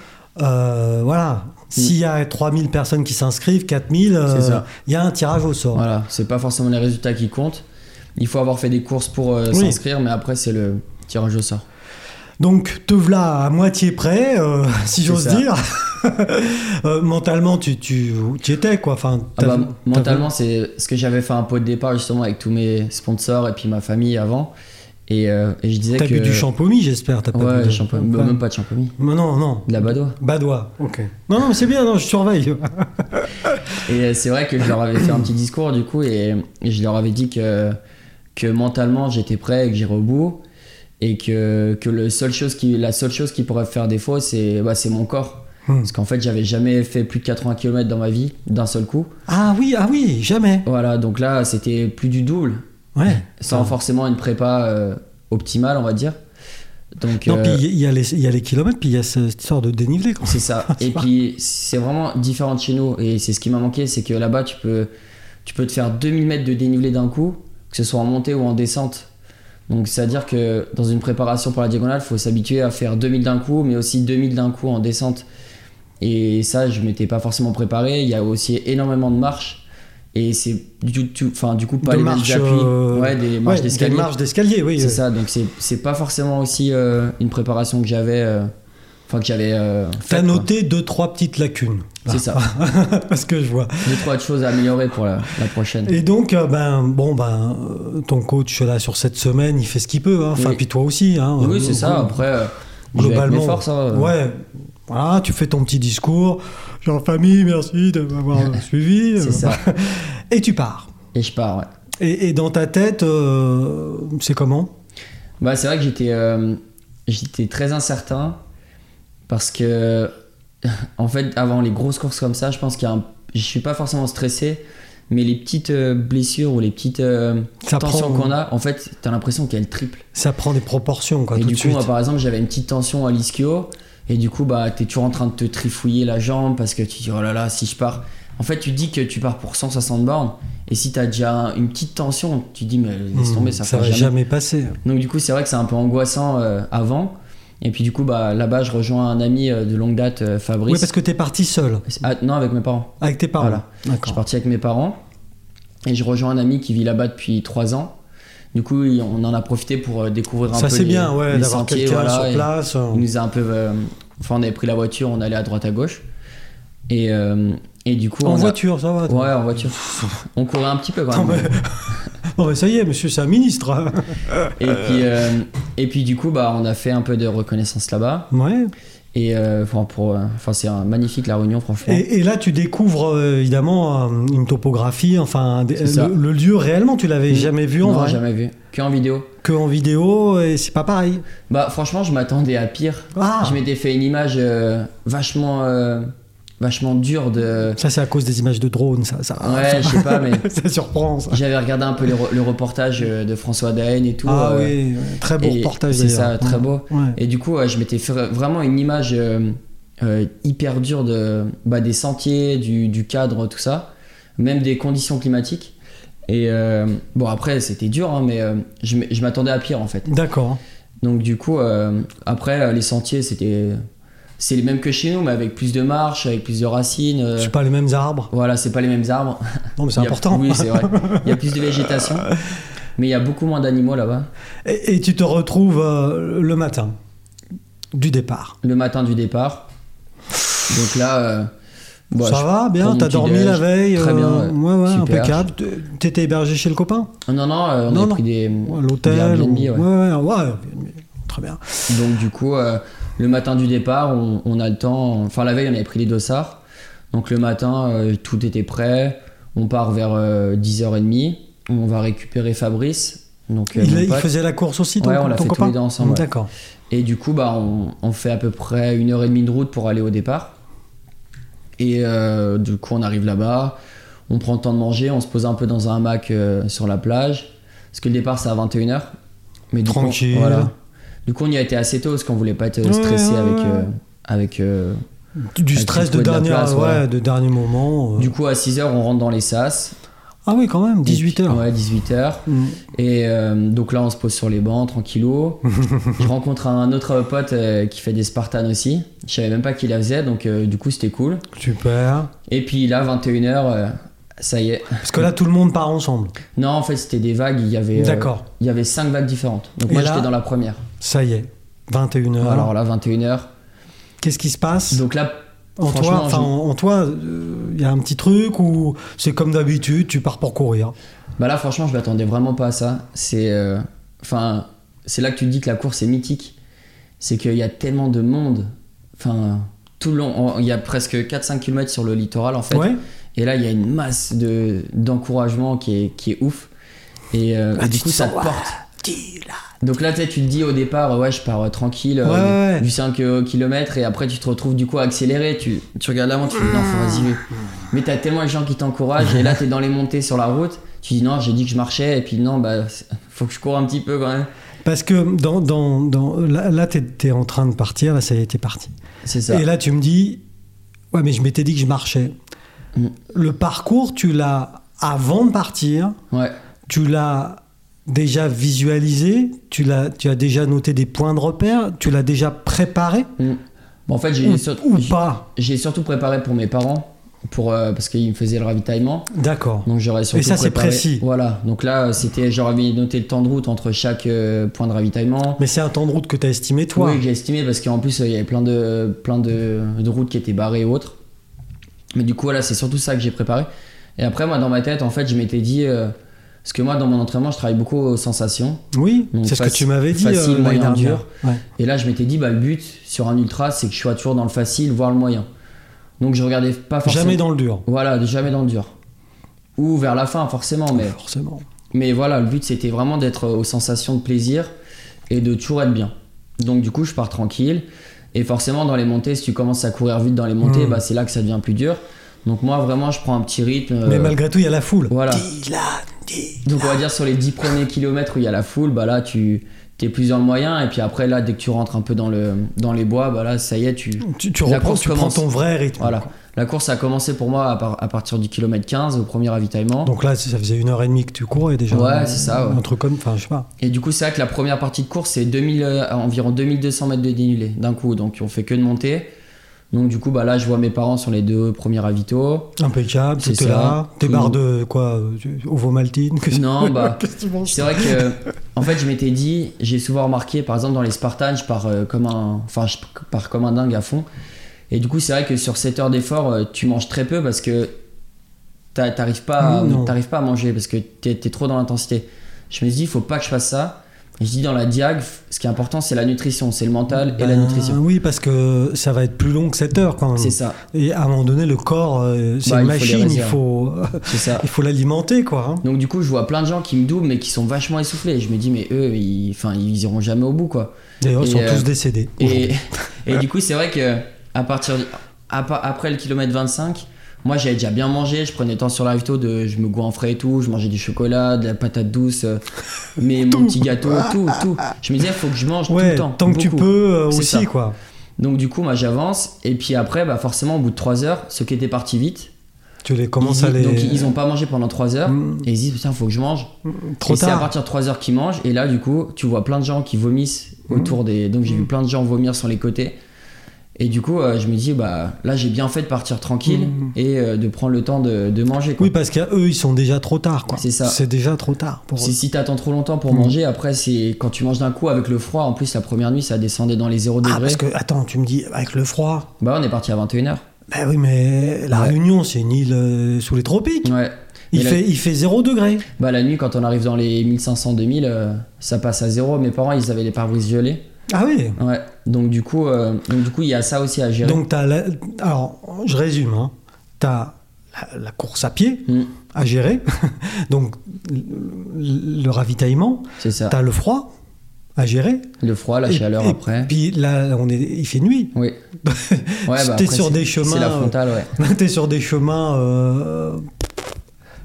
Speaker 1: euh, voilà. S'il y a 3000 personnes qui s'inscrivent, 4000, euh,
Speaker 2: C'est ça.
Speaker 1: il y a un tirage au sort.
Speaker 2: Voilà, c'est pas forcément les résultats qui comptent. Il faut avoir fait des courses pour euh,
Speaker 1: Oui.
Speaker 2: s'inscrire, mais après c'est le tirage au sort.
Speaker 1: Donc, te voilà à moitié prêt, euh, [LAUGHS] si
Speaker 2: C'est
Speaker 1: j'ose
Speaker 2: ça.
Speaker 1: dire. Euh, mentalement, tu, tu, tu y étais, quoi. Enfin,
Speaker 2: Ah
Speaker 1: t'as-
Speaker 2: bah,
Speaker 1: t'as-
Speaker 2: mentalement, c'est ce que j'avais fait un pot de départ justement avec tous mes sponsors et puis ma famille avant. Et, euh, et je disais
Speaker 1: T'as
Speaker 2: que.
Speaker 1: bu du champomis, j'espère. T'as pas bu
Speaker 2: Ouais,
Speaker 1: de-
Speaker 2: champomis.
Speaker 1: Ouais.
Speaker 2: Même pas de champomis.
Speaker 1: Mais non, non.
Speaker 2: De la badoie.
Speaker 1: Badois. Ok. Non, non, mais c'est bien, non, je surveille.
Speaker 2: Et euh, c'est vrai que je leur avais fait un petit discours du coup et, et je leur avais dit que, que mentalement j'étais prêt et que j'irais au bout et que, que le seul chose qui, la seule chose qui pourrait faire défaut c'est bah, c'est mon corps.
Speaker 1: Hmm.
Speaker 2: Parce qu'en fait j'avais jamais fait plus de 80 km dans ma vie d'un seul coup.
Speaker 1: Ah oui, ah oui, jamais.
Speaker 2: Voilà donc là c'était plus du double
Speaker 1: Ouais.
Speaker 2: sans forcément une prépa euh, optimale on va dire. Donc
Speaker 1: Non,
Speaker 2: euh,
Speaker 1: puis il y, a les- il y a les kilomètres, puis il y a ce- cette histoire de dénivelé. quoi. [LAUGHS]
Speaker 2: C'est ça. Et puis c'est vraiment différent de chez nous. Et c'est ce qui m'a manqué, c'est que là-bas tu peux, tu peux te faire 2000 mètres de dénivelé d'un coup, que ce soit en montée ou en descente. Donc c'est à dire que dans une préparation pour la diagonale, faut s'habituer à faire 2000 d'un coup, mais aussi 2000 d'un coup en descente. Et ça, je m'étais pas forcément préparé. Il y a aussi énormément de marches. Et c'est du, tout- enfin, du coup pas
Speaker 1: De
Speaker 2: les
Speaker 1: marches,
Speaker 2: mêmes appuis.
Speaker 1: euh,
Speaker 2: Ouais, des marches
Speaker 1: Ouais,
Speaker 2: d'escalier.
Speaker 1: Des marches d'escalier, oui.
Speaker 2: C'est
Speaker 1: euh,
Speaker 2: ça, donc c'est- c'est pas forcément aussi euh, une préparation que j'avais. euh, Enfin, que j'avais. euh,
Speaker 1: T'as
Speaker 2: faite, quoi.
Speaker 1: noté deux, trois petites lacunes.
Speaker 2: C'est ça.
Speaker 1: [LAUGHS] Parce que je vois.
Speaker 2: Deux, trois choses à améliorer pour la, la prochaine.
Speaker 1: Et donc, euh, ben, bon, ben, euh, ton coach, là, sur cette semaine, il fait ce qu'il peut. hein. Enfin,
Speaker 2: Oui.
Speaker 1: puis toi aussi. hein.
Speaker 2: oui,
Speaker 1: Euh,
Speaker 2: c'est ça. Après, euh, je vais avec
Speaker 1: Globalement.
Speaker 2: mes forces, hein.
Speaker 1: Ouais. Voilà, tu fais ton petit discours.
Speaker 2: [LAUGHS]
Speaker 1: Genre, famille, merci de m'avoir euh, suivi.
Speaker 2: C'est ça.
Speaker 1: Et tu pars.
Speaker 2: Et je pars, ouais.
Speaker 1: Et, et dans ta tête, euh, c'est comment
Speaker 2: Bah, c'est vrai que j'étais, euh, j'étais très incertain parce que, [LAUGHS] en fait, avant les grosses courses comme ça, je pense qu'il y a un... je suis pas forcément stressé, mais les petites euh, blessures ou les petites euh,
Speaker 1: Ça
Speaker 2: tensions
Speaker 1: prend- hein.
Speaker 2: qu'on a, en fait, t'as l'impression qu'elles triplent.
Speaker 1: Ça prend des proportions, quoi,
Speaker 2: et
Speaker 1: tout
Speaker 2: du
Speaker 1: de
Speaker 2: coup,
Speaker 1: suite.
Speaker 2: moi, par exemple, j'avais une petite tension à l'ischio, et du coup, bah, t'es toujours en train de te trifouiller la jambe parce que tu dis, oh là là, si je pars. En fait, tu dis que tu pars pour 160 bornes, et si t'as déjà un- une petite tension, tu dis, mais laisse
Speaker 1: Mmh,
Speaker 2: tomber, ça,
Speaker 1: ça
Speaker 2: fera
Speaker 1: va
Speaker 2: jamais.
Speaker 1: jamais passer.
Speaker 2: Donc du coup, c'est vrai que c'est un peu angoissant euh, avant. Et puis du coup, bah, là-bas, je rejoins un ami euh, de longue date, euh, Fabrice.
Speaker 1: Oui, parce que t'es parti seul,
Speaker 2: Ah, non, avec mes parents.
Speaker 1: avec tes parents.
Speaker 2: Voilà. Je suis
Speaker 1: D'accord.
Speaker 2: parti avec mes parents. Et je rejoins un ami qui vit là-bas depuis 3 ans. Du coup, il- on en a profité pour euh, découvrir un
Speaker 1: Ça,
Speaker 2: peu
Speaker 1: c'est
Speaker 2: les-
Speaker 1: bien, ouais,
Speaker 2: les
Speaker 1: d'avoir
Speaker 2: sentiers,
Speaker 1: quelqu'un
Speaker 2: voilà,
Speaker 1: sur
Speaker 2: et
Speaker 1: place. euh,
Speaker 2: Il nous a un peu... euh, Enfin, on avait pris la voiture, on allait à droite, à gauche. Et, euh, et du coup...
Speaker 1: en
Speaker 2: on a-
Speaker 1: voiture, ça va. toi.
Speaker 2: Ouais, en voiture. on courait un petit peu quand
Speaker 1: Non,
Speaker 2: même.
Speaker 1: mais... [LAUGHS] Bon, mais ça y est, monsieur, c'est un ministre. [LAUGHS] hein.
Speaker 2: Et, puis, euh, et puis du coup, bah, on a fait un peu de reconnaissance là-bas.
Speaker 1: Ouais.
Speaker 2: Et euh, enfin, pour, euh, enfin, c'est un magnifique la Réunion, franchement.
Speaker 1: Et, et là, tu découvres euh, évidemment euh, une topographie, enfin des-
Speaker 2: C'est ça.
Speaker 1: le, le lieu réellement, tu l'avais
Speaker 2: Mm.
Speaker 1: jamais vu en
Speaker 2: non,
Speaker 1: vrai,
Speaker 2: jamais vu. Que en vidéo.
Speaker 1: que en vidéo, et c'est pas pareil.
Speaker 2: Bah, franchement, je m'attendais à pire.
Speaker 1: Ah,
Speaker 2: Je m'étais fait une image euh, vachement, euh, vachement dure de.
Speaker 1: ça c'est à cause des images de drones, ça, ça,
Speaker 2: Ouais, je sais pas, mais
Speaker 1: [LAUGHS] ça surprend. Ça.
Speaker 2: j'avais regardé un peu les re- le reportage euh, de François Daen et tout.
Speaker 1: Ah
Speaker 2: euh,
Speaker 1: oui, ouais. très beau
Speaker 2: et
Speaker 1: reportage.
Speaker 2: C'est ça,
Speaker 1: d'ailleurs. Mm.
Speaker 2: très beau.
Speaker 1: Ouais.
Speaker 2: Et du coup, ouais, je m'étais fait vraiment une image euh, euh, hyper dure de, bah, des sentiers, du, du cadre, tout ça, même des conditions climatiques. Et euh, bon, après, c'était dur, hein, mais euh, je m- je m'attendais à pire en fait.
Speaker 1: D'accord.
Speaker 2: Donc, du coup, euh, après, euh, les sentiers, c'était. C'est les mêmes que chez nous, mais avec plus de marches, avec plus de racines. euh,
Speaker 1: C'est pas les mêmes arbres.
Speaker 2: voilà, c'est pas les mêmes arbres.
Speaker 1: Non, mais c'est
Speaker 2: Il y a-
Speaker 1: important.
Speaker 2: Oui, c'est vrai. Il y a plus
Speaker 1: [LAUGHS]
Speaker 2: de végétation, mais il y a beaucoup moins d'animaux là-bas.
Speaker 1: Et, et tu te retrouves euh, le matin du départ.
Speaker 2: le matin du départ. Donc là, euh, bah,
Speaker 1: ça
Speaker 2: je-
Speaker 1: va bien,
Speaker 2: prends mon
Speaker 1: t'as
Speaker 2: petit
Speaker 1: dormi
Speaker 2: déj.
Speaker 1: la veille.
Speaker 2: Très bien,
Speaker 1: euh,
Speaker 2: ouais.
Speaker 1: ouais, ouais,
Speaker 2: Super.
Speaker 1: impeccable. T'étais hébergé chez le copain,
Speaker 2: non, non, euh, on
Speaker 1: Non,
Speaker 2: a
Speaker 1: non.
Speaker 2: pris des,
Speaker 1: Ouais,
Speaker 2: des
Speaker 1: l'hôtel.
Speaker 2: Airbnb,
Speaker 1: ou-
Speaker 2: ouais.
Speaker 1: ouais, ouais, Airbnb. très bien.
Speaker 2: Donc du coup, euh, le matin du départ, on, on a le temps. Enfin la veille, on avait pris les dossards. Donc le matin, euh, tout était prêt. On part vers euh, 10h30. On va récupérer Fabrice. Donc, euh,
Speaker 1: Il,
Speaker 2: mon
Speaker 1: il
Speaker 2: pote.
Speaker 1: faisait la course aussi, ton,
Speaker 2: Ouais, on l'a
Speaker 1: ton
Speaker 2: fait tous
Speaker 1: copain
Speaker 2: les deux ensemble, ouais.
Speaker 1: D'accord.
Speaker 2: Et du coup, bah, on, on fait à peu près une heure et demie de route pour aller au départ. Et euh, du coup, on arrive là-bas, on prend le temps de manger, on se pose un peu dans un hamac euh, sur la plage. Parce que le départ, c'est à 21h. Mais du coup, on-
Speaker 1: Tranquille.
Speaker 2: voilà. Du coup, on y a été assez tôt parce qu'on voulait pas être stressé
Speaker 1: Ouais, ouais,
Speaker 2: avec.
Speaker 1: ouais.
Speaker 2: euh, avec euh,
Speaker 1: Du, du
Speaker 2: Avec
Speaker 1: stress de,
Speaker 2: trouver de la
Speaker 1: dernier,
Speaker 2: place,
Speaker 1: ouais,
Speaker 2: ouais.
Speaker 1: de dernier moment. euh.
Speaker 2: Du coup, à 6h, on rentre dans les sas.
Speaker 1: Ah oui, quand même, 18 heures.
Speaker 2: Ouais, 18h.
Speaker 1: Mm.
Speaker 2: Et euh, donc là, on se pose sur les
Speaker 1: [LAUGHS]
Speaker 2: bancs, tranquillo. je rencontre un autre pote euh, qui fait des Spartans aussi. Je savais même pas qu'il la faisait, donc euh, du coup, c'était cool.
Speaker 1: Super.
Speaker 2: Et puis là, 21h, euh, ça y est.
Speaker 1: Parce que là, tout le monde part ensemble.
Speaker 2: Non, en fait, c'était des vagues. Il y avait, euh,
Speaker 1: D'accord.
Speaker 2: il y avait cinq vagues différentes. Donc
Speaker 1: Et
Speaker 2: moi,
Speaker 1: là Ah.
Speaker 2: j'étais dans la première.
Speaker 1: Ça y est. 21h.
Speaker 2: Alors là, 21h.
Speaker 1: Qu'est-ce qui se passe
Speaker 2: Donc là,
Speaker 1: en toi,
Speaker 2: franchement,
Speaker 1: enfin,
Speaker 2: je-
Speaker 1: en, en toi, il y a un petit truc ou c'est comme d'habitude, tu pars pour courir.
Speaker 2: bah là, franchement, je m'attendais vraiment pas à ça. C'est, euh, enfin, c'est là que tu te dis que la course est mythique. C'est qu'il y a tellement de monde. Enfin, tout le long, on- il y a presque 4-5 km sur le littoral en fait.
Speaker 1: ouais.
Speaker 2: Et là, il y a une masse de d'encouragement qui est qui est ouf. Et euh,
Speaker 1: Ah,
Speaker 2: du
Speaker 1: tu
Speaker 2: coup,
Speaker 1: te
Speaker 2: ça
Speaker 1: sens,
Speaker 2: te
Speaker 1: ouah.
Speaker 2: porte. Donc là, tu sais, tu te dis au départ, ouais, je pars euh, tranquille euh,
Speaker 1: Ouais, ouais, ouais.
Speaker 2: du 5 km et après tu te retrouves du coup accéléré. Tu, tu regardes l'avant, tu te dis non, faut vas-y. vais. Mais t'as tellement les gens qui t'encouragent et là, t'es dans les montées sur la route. Tu dis non, j'ai dit que je marchais et puis non, bah c'est- faut que je cours un petit peu quand même.
Speaker 1: Parce que dans, dans, dans, là, là tu es, en train de partir, là, ça y est, t'es parti.
Speaker 2: C'est ça.
Speaker 1: Et là, tu me dis, ouais, mais je m'étais dit que je marchais.
Speaker 2: Mm.
Speaker 1: Le parcours, tu l'as avant de partir,
Speaker 2: Ouais.
Speaker 1: tu l'as déjà visualisé, tu l'as, tu as déjà noté des points de repère, tu l'as déjà préparé
Speaker 2: Mm. Bon, en fait, j'ai
Speaker 1: ou,
Speaker 2: sur-
Speaker 1: ou
Speaker 2: j'ai-
Speaker 1: pas.
Speaker 2: j'ai surtout préparé pour mes parents pour euh, parce qu'ils me faisaient le ravitaillement.
Speaker 1: D'accord.
Speaker 2: Donc j'aurais surtout
Speaker 1: Et ça, c'est
Speaker 2: préparé-
Speaker 1: précis.
Speaker 2: Voilà. Donc là, c'était j'aurais noté le temps de route entre chaque euh, point de ravitaillement.
Speaker 1: Mais c'est un temps de route que tu as estimé toi.
Speaker 2: Oui, que j'ai estimé parce qu'en plus, euh, il y avait plein de, plein de, de routes qui étaient barrées et autres. Mais du coup, voilà, c'est surtout ça que j'ai préparé. Et après, moi, dans ma tête, en fait, je m'étais dit. euh, parce que moi, dans mon entraînement, je travaille beaucoup aux sensations.
Speaker 1: Oui,
Speaker 2: Donc,
Speaker 1: c'est ce que
Speaker 2: faci-
Speaker 1: tu m'avais dit
Speaker 2: facile,
Speaker 1: euh, l'année
Speaker 2: moyen,
Speaker 1: dernière.
Speaker 2: dur.
Speaker 1: Ouais.
Speaker 2: Et là, je m'étais dit, bah, le but sur un ultra, c'est que je sois toujours dans le facile, voire le moyen. Donc, je regardais pas forcément.
Speaker 1: Jamais dans le dur,
Speaker 2: Voilà, jamais dans le dur. Ou vers la fin, forcément, mais.
Speaker 1: forcément.
Speaker 2: Mais voilà, le but c'était vraiment d'être euh, aux sensations de plaisir et de toujours être bien. Donc du coup, je pars tranquille. Et forcément, dans les montées, si tu commences à courir vite dans les montées,
Speaker 1: Mm.
Speaker 2: bah, c'est là que ça devient plus dur. Donc moi, vraiment, je prends un petit rythme. euh,
Speaker 1: Mais malgré tout, il y a la foule.
Speaker 2: Voilà.
Speaker 1: Dylan, Dylan.
Speaker 2: Donc on va dire sur les 10 premiers kilomètres où il y a la foule, bah là tu es plus dans le moyen et puis après là dès que tu rentres un peu dans le dans les bois, bah là ça y est tu
Speaker 1: Tu, tu
Speaker 2: La
Speaker 1: reprends,
Speaker 2: course
Speaker 1: tu prends
Speaker 2: commence.
Speaker 1: ton vrai rythme.
Speaker 2: voilà. La course a commencé pour moi à, par- à partir du kilomètre 15 au premier ravitaillement.
Speaker 1: Donc là, ça faisait une heure et demie que tu courais déjà.
Speaker 2: Ouais, c'est ça, ouais.
Speaker 1: Un truc comme, enfin, je sais pas.
Speaker 2: Et du coup, c'est vrai que la première partie de course, c'est 2000, euh, environ 2200 mètres de dénivelé d'un coup. Donc, on fait que de monter. Donc, du coup, bah, là, je vois mes parents sur les deux premiers ravitaux.
Speaker 1: Impeccable, tout
Speaker 2: C'est
Speaker 1: est
Speaker 2: ça.
Speaker 1: là. Tes
Speaker 2: Tout-
Speaker 1: barres de quoi euh, tu- Ovo maltine que-
Speaker 2: Non, bah,
Speaker 1: [LAUGHS] Qu'est-ce que tu manges
Speaker 2: c'est vrai que,
Speaker 1: [LAUGHS]
Speaker 2: en fait, je m'étais dit, j'ai souvent remarqué, par exemple, dans les Spartans, je pars, euh, comme, un, enfin, je pars comme un dingue à fond. Et du coup, c'est vrai que sur 7 heures d'effort, euh, tu manges très peu parce que t'a- t'arrives pas, à-
Speaker 1: Non.
Speaker 2: t'arrives pas à manger parce que t'es es trop dans l'intensité. Je me suis dit, il faut pas que je fasse ça. Je dis dans la diag, ce qui est important, c'est la nutrition, c'est le mental et la
Speaker 1: Ben,
Speaker 2: nutrition.
Speaker 1: Oui, parce que ça va être plus long que 7 heures quand même. [LAUGHS]
Speaker 2: C'est ça,
Speaker 1: Et à un moment donné, le corps, euh, c'est
Speaker 2: Bah,
Speaker 1: une
Speaker 2: il faut les
Speaker 1: machine, il
Speaker 2: réserves.
Speaker 1: faut
Speaker 2: c'est ça.
Speaker 1: il faut l'alimenter, quoi. hein.
Speaker 2: Donc du coup, je vois plein de gens qui me doublent mais qui sont vachement essoufflés. Je me dis mais eux, ils, enfin, ils iront jamais au bout quoi.
Speaker 1: D'ailleurs, ils
Speaker 2: Et,
Speaker 1: sont
Speaker 2: euh,
Speaker 1: tous décédés.
Speaker 2: Et, [LAUGHS] et du coup, c'est vrai que à partir du- à pa- après le kilomètre 25, moi j'avais déjà bien mangé. Je prenais le temps sur la ravito de, je me goinfrais et tout. Je mangeais du chocolat, de la patate
Speaker 1: [LAUGHS]
Speaker 2: douce, euh, mais mon petit gâteau, tout, tout. Je me disais faut que je mange tout
Speaker 1: ouais,
Speaker 2: le temps.
Speaker 1: tant que tu
Speaker 2: beaucoup.
Speaker 1: peux euh,
Speaker 2: C'est
Speaker 1: aussi,
Speaker 2: ça.
Speaker 1: quoi.
Speaker 2: Donc du coup, moi j'avance et puis après, bah forcément au bout de 3 heures, ceux qui étaient partis vite,
Speaker 1: Tu les commences
Speaker 2: ils-
Speaker 1: à les.
Speaker 2: donc ils ont pas mangé pendant 3 heures.
Speaker 1: Mm,
Speaker 2: Et ils se disent putain faut que je mange
Speaker 1: trop
Speaker 2: et c'est à
Speaker 1: tard.
Speaker 2: partir de 3 heures qu'ils mangent. Et là, du coup, tu vois plein de gens qui vomissent
Speaker 1: Mmh.
Speaker 2: autour des. Donc, j'ai vu plein de gens vomir sur les côtés. Et du coup, euh, je me dis, bah là, j'ai bien fait de partir tranquille
Speaker 1: Mhm.
Speaker 2: et euh, de prendre le temps de, de manger. quoi.
Speaker 1: Oui, parce qu'à eux, ils sont déjà trop tard, quoi.
Speaker 2: C'est ça.
Speaker 1: C'est déjà trop tard pour
Speaker 2: Si,
Speaker 1: eux.
Speaker 2: si t'attends trop longtemps pour
Speaker 1: Mhm.
Speaker 2: manger, après, c'est quand tu manges d'un coup avec le froid. En plus, la première nuit, ça descendait dans les 0
Speaker 1: Ah,
Speaker 2: degrés.
Speaker 1: parce que, attends, tu me dis, avec le froid.
Speaker 2: Bah, on est parti à 21h.
Speaker 1: Ben oui, mais la
Speaker 2: Ouais.
Speaker 1: Réunion, c'est une île euh, sous les tropiques.
Speaker 2: Ouais.
Speaker 1: Il
Speaker 2: Et la-
Speaker 1: fait, il fait 0 degré.
Speaker 2: Bah, la nuit, quand on arrive dans les 1500-2000, euh, ça passe à zéro. Mes parents, ils avaient les pare-brises gelés.
Speaker 1: Ah oui.
Speaker 2: Ouais. Donc, du coup, euh, donc, du coup, il y a ça aussi à gérer.
Speaker 1: Donc, t'as la- alors, je résume. Hein. T'as la, la course à pied
Speaker 2: Mhm.
Speaker 1: à gérer. [LAUGHS] Donc, l- le ravitaillement.
Speaker 2: c'est ça.
Speaker 1: T'as le froid à gérer.
Speaker 2: Le froid, Ah. la
Speaker 1: Et-
Speaker 2: chaleur
Speaker 1: et
Speaker 2: après.
Speaker 1: Puis là, on est, il fait nuit. [LAUGHS]
Speaker 2: Oui. Ouais, bah
Speaker 1: T'es
Speaker 2: après,
Speaker 1: sur
Speaker 2: c'est-
Speaker 1: des chemins,
Speaker 2: C'est la
Speaker 1: euh,
Speaker 2: frontale, ouais.
Speaker 1: T'es sur des chemins. euh,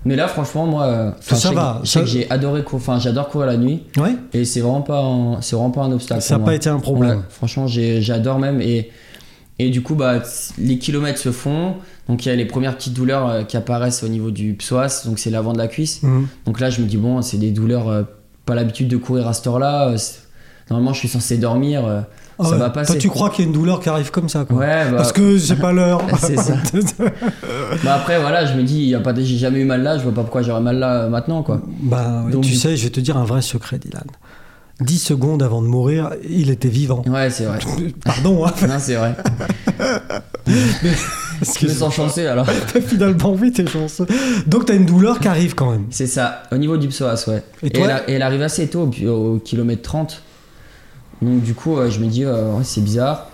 Speaker 2: Mais là, franchement, moi, euh,
Speaker 1: Ça
Speaker 2: enfin, je sais que-
Speaker 1: va,
Speaker 2: Je sais que
Speaker 1: ça-
Speaker 2: j'ai adoré courir. Enfin, j'adore courir la nuit.
Speaker 1: Ouais.
Speaker 2: Et c'est vraiment pas, un- c'est vraiment pas un obstacle.
Speaker 1: Ça
Speaker 2: pour
Speaker 1: n'a pas
Speaker 2: moi.
Speaker 1: été un problème.
Speaker 2: Ouais, franchement, j'ai- j'adore même. Et et du coup, bah, les kilomètres se font. Donc il y a les premières petites douleurs euh, qui apparaissent au niveau du psoas. Donc c'est l'avant de la cuisse.
Speaker 1: Mhm.
Speaker 2: Donc là, je me dis, bon, c'est des douleurs, euh, pas l'habitude de courir à cette heure-là. euh, c'est- Normalement, je suis censé dormir. euh,
Speaker 1: Ah
Speaker 2: ça
Speaker 1: ouais.
Speaker 2: va passer.
Speaker 1: Toi, tu crois qu'il y a une douleur qui arrive comme ça, quoi.
Speaker 2: Ouais, bah,
Speaker 1: Parce que c'est pas l'heure.
Speaker 2: [LAUGHS] C'est ça. bah après, voilà, je me dis, y a pas, j'ai jamais eu mal là, je vois pas pourquoi j'aurais mal là euh, maintenant, quoi.
Speaker 1: [LAUGHS] bah,
Speaker 2: Donc,
Speaker 1: tu
Speaker 2: du-
Speaker 1: sais, je vais te dire un vrai secret, Dylan. 10 secondes avant de mourir, il était
Speaker 2: [LAUGHS]
Speaker 1: vivant.
Speaker 2: Ouais, c'est vrai.
Speaker 1: Pardon, hein,
Speaker 2: Non,
Speaker 1: [LAUGHS]
Speaker 2: c'est vrai.
Speaker 1: parce
Speaker 2: Je
Speaker 1: que
Speaker 2: me sens chanceux alors.
Speaker 1: [LAUGHS] t'as finalement envie tes chanceux. Donc t'as une douleur qui arrive quand même.
Speaker 2: C'est ça, au niveau du psoas, ouais.
Speaker 1: Et
Speaker 2: Et,
Speaker 1: toi
Speaker 2: elle, a- et elle arrive assez tôt, au pu- au, kilomètre 30. Donc du coup, euh, je me dis, euh, ouais, c'est bizarre.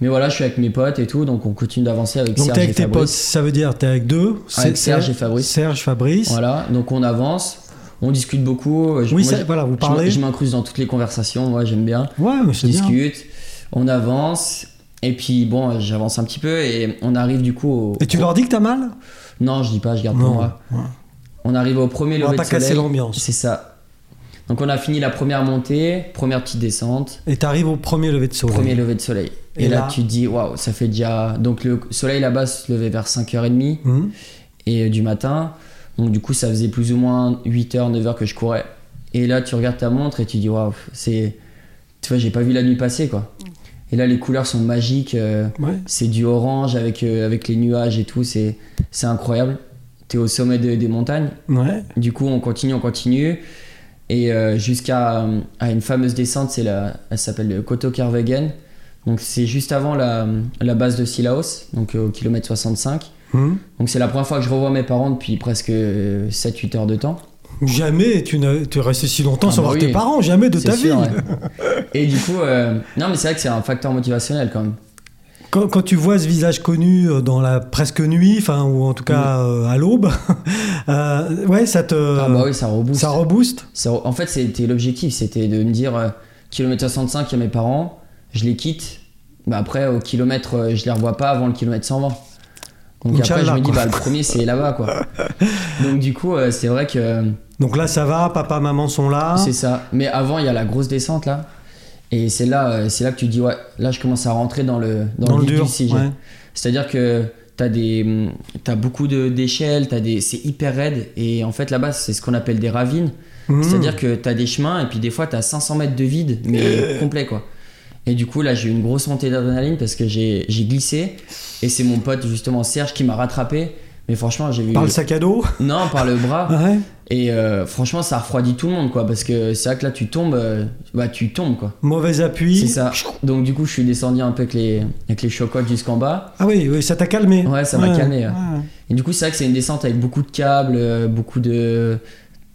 Speaker 2: Mais voilà, je suis avec mes potes et tout, donc on continue d'avancer avec
Speaker 1: Donc t'es
Speaker 2: Serge
Speaker 1: avec
Speaker 2: et
Speaker 1: tes potes,
Speaker 2: Fabrice.
Speaker 1: ça veut dire t'es avec deux.
Speaker 2: Avec Serge et Fabrice.
Speaker 1: Serge, Fabrice.
Speaker 2: Voilà, donc on avance, on discute beaucoup. Je-
Speaker 1: Oui,
Speaker 2: moi,
Speaker 1: ça-
Speaker 2: je-
Speaker 1: voilà, vous
Speaker 2: je m-
Speaker 1: parlez.
Speaker 2: Je m'incruse dans toutes les conversations, moi j'aime bien.
Speaker 1: Ouais, mais
Speaker 2: Je
Speaker 1: c'est bien.
Speaker 2: discute, on avance. Et puis bon, j'avance un petit peu et on arrive du coup au.
Speaker 1: Et tu leur dis que t'as mal
Speaker 2: Non, je dis pas, je garde pour moi.
Speaker 1: Ouais.
Speaker 2: On arrive au premier
Speaker 1: On va
Speaker 2: lever de
Speaker 1: pas casser
Speaker 2: soleil.
Speaker 1: l'ambiance.
Speaker 2: C'est ça. Donc on a fini la première montée, première petite descente,
Speaker 1: Et t'arrives au premier lever de soleil.
Speaker 2: premier lever de soleil. Et,
Speaker 1: Et
Speaker 2: là,
Speaker 1: là-
Speaker 2: tu te dis, waouh, ça fait déjà... Donc le soleil là-bas se levait vers 5h30
Speaker 1: Mhm.
Speaker 2: et euh, du matin. Donc du coup, ça faisait plus ou moins 8h, 9h que je courais. Et là, tu regardes ta montre et tu dis, waouh, c'est... Tu vois, j'ai pas vu la nuit passer, quoi. Et là, les couleurs sont magiques. euh,
Speaker 1: Ouais.
Speaker 2: c'est du orange avec, euh, avec les nuages et tout. C'est c'est incroyable. T'es au sommet de- des montagnes.
Speaker 1: Ouais.
Speaker 2: Du coup, on continue, on continue. Et euh, jusqu'à euh, à une fameuse descente, c'est la, elle s'appelle le Koto Kervegen. Donc c'est juste avant la, la base de Sillaos, donc euh, au kilomètre 65.
Speaker 1: Mhm.
Speaker 2: Donc c'est la première fois que je revois mes parents depuis presque 7-8 heures de temps.
Speaker 1: Jamais tu n'as- tu es resté si longtemps
Speaker 2: Ah
Speaker 1: sans
Speaker 2: bah
Speaker 1: voir
Speaker 2: oui.
Speaker 1: tes parents, jamais de
Speaker 2: C'est
Speaker 1: ta
Speaker 2: sûr,
Speaker 1: vie.
Speaker 2: ouais. Et du coup, euh, non mais c'est vrai que c'est un facteur motivationnel quand même.
Speaker 1: Quand, quand tu vois ce visage connu euh, dans la presque nuit, enfin ou en tout cas euh, à l'aube, [LAUGHS] euh, ouais, ça te,
Speaker 2: Mm. Ah bah oui, ça rebooste.
Speaker 1: ça rebooste.
Speaker 2: Ça re- En fait, c'était l'objectif, c'était de me dire euh, kilomètre 65, il y a mes parents, je les quitte. Bah après, au kilomètre, euh, je les revois pas avant le kilomètre 120. Donc après, je
Speaker 1: Inch'Allah,
Speaker 2: me dis,
Speaker 1: quoi.
Speaker 2: bah le premier, c'est
Speaker 1: [LAUGHS]
Speaker 2: là-bas, quoi. Donc du coup, euh, c'est vrai que euh,
Speaker 1: Donc là, ça va, papa, maman sont là.
Speaker 2: c'est ça. Mais avant, il y a la grosse descente, là. Et c'est là, euh, c'est là que tu dis, ouais, là, je commence à rentrer dans le, dans le vif du sujet.
Speaker 1: ouais.
Speaker 2: C'est-à-dire que t'as des, mm, t'as beaucoup de- d'échelles, t'as des, c'est hyper raide. Et en fait, là-bas, c'est ce qu'on appelle des ravines.
Speaker 1: Mhm.
Speaker 2: C'est-à-dire que t'as des chemins et puis des fois t'as 500 mètres de vide, mais complet quoi. Et du coup là j'ai eu une grosse montée d'adrénaline parce que j'ai j'ai glissé et c'est mon pote justement Serge qui m'a rattrapé. Mais franchement j'ai vu...
Speaker 1: par le sac à
Speaker 2: [LAUGHS]
Speaker 1: dos.
Speaker 2: Non par le bras.
Speaker 1: Ouais.
Speaker 2: Et euh, franchement ça refroidit tout le monde quoi parce que c'est vrai que là tu tombes, euh, bah tu tombes quoi.
Speaker 1: Mauvais appui.
Speaker 2: C'est ça. Donc du coup je suis descendu un peu avec les, avec les chocottes jusqu'en bas.
Speaker 1: Ah oui, oui, ça t'a calmé.
Speaker 2: Ouais ça m'a calmé. ouais.
Speaker 1: ouais.
Speaker 2: Et du coup c'est vrai que c'est une descente avec beaucoup de câbles, euh, beaucoup de...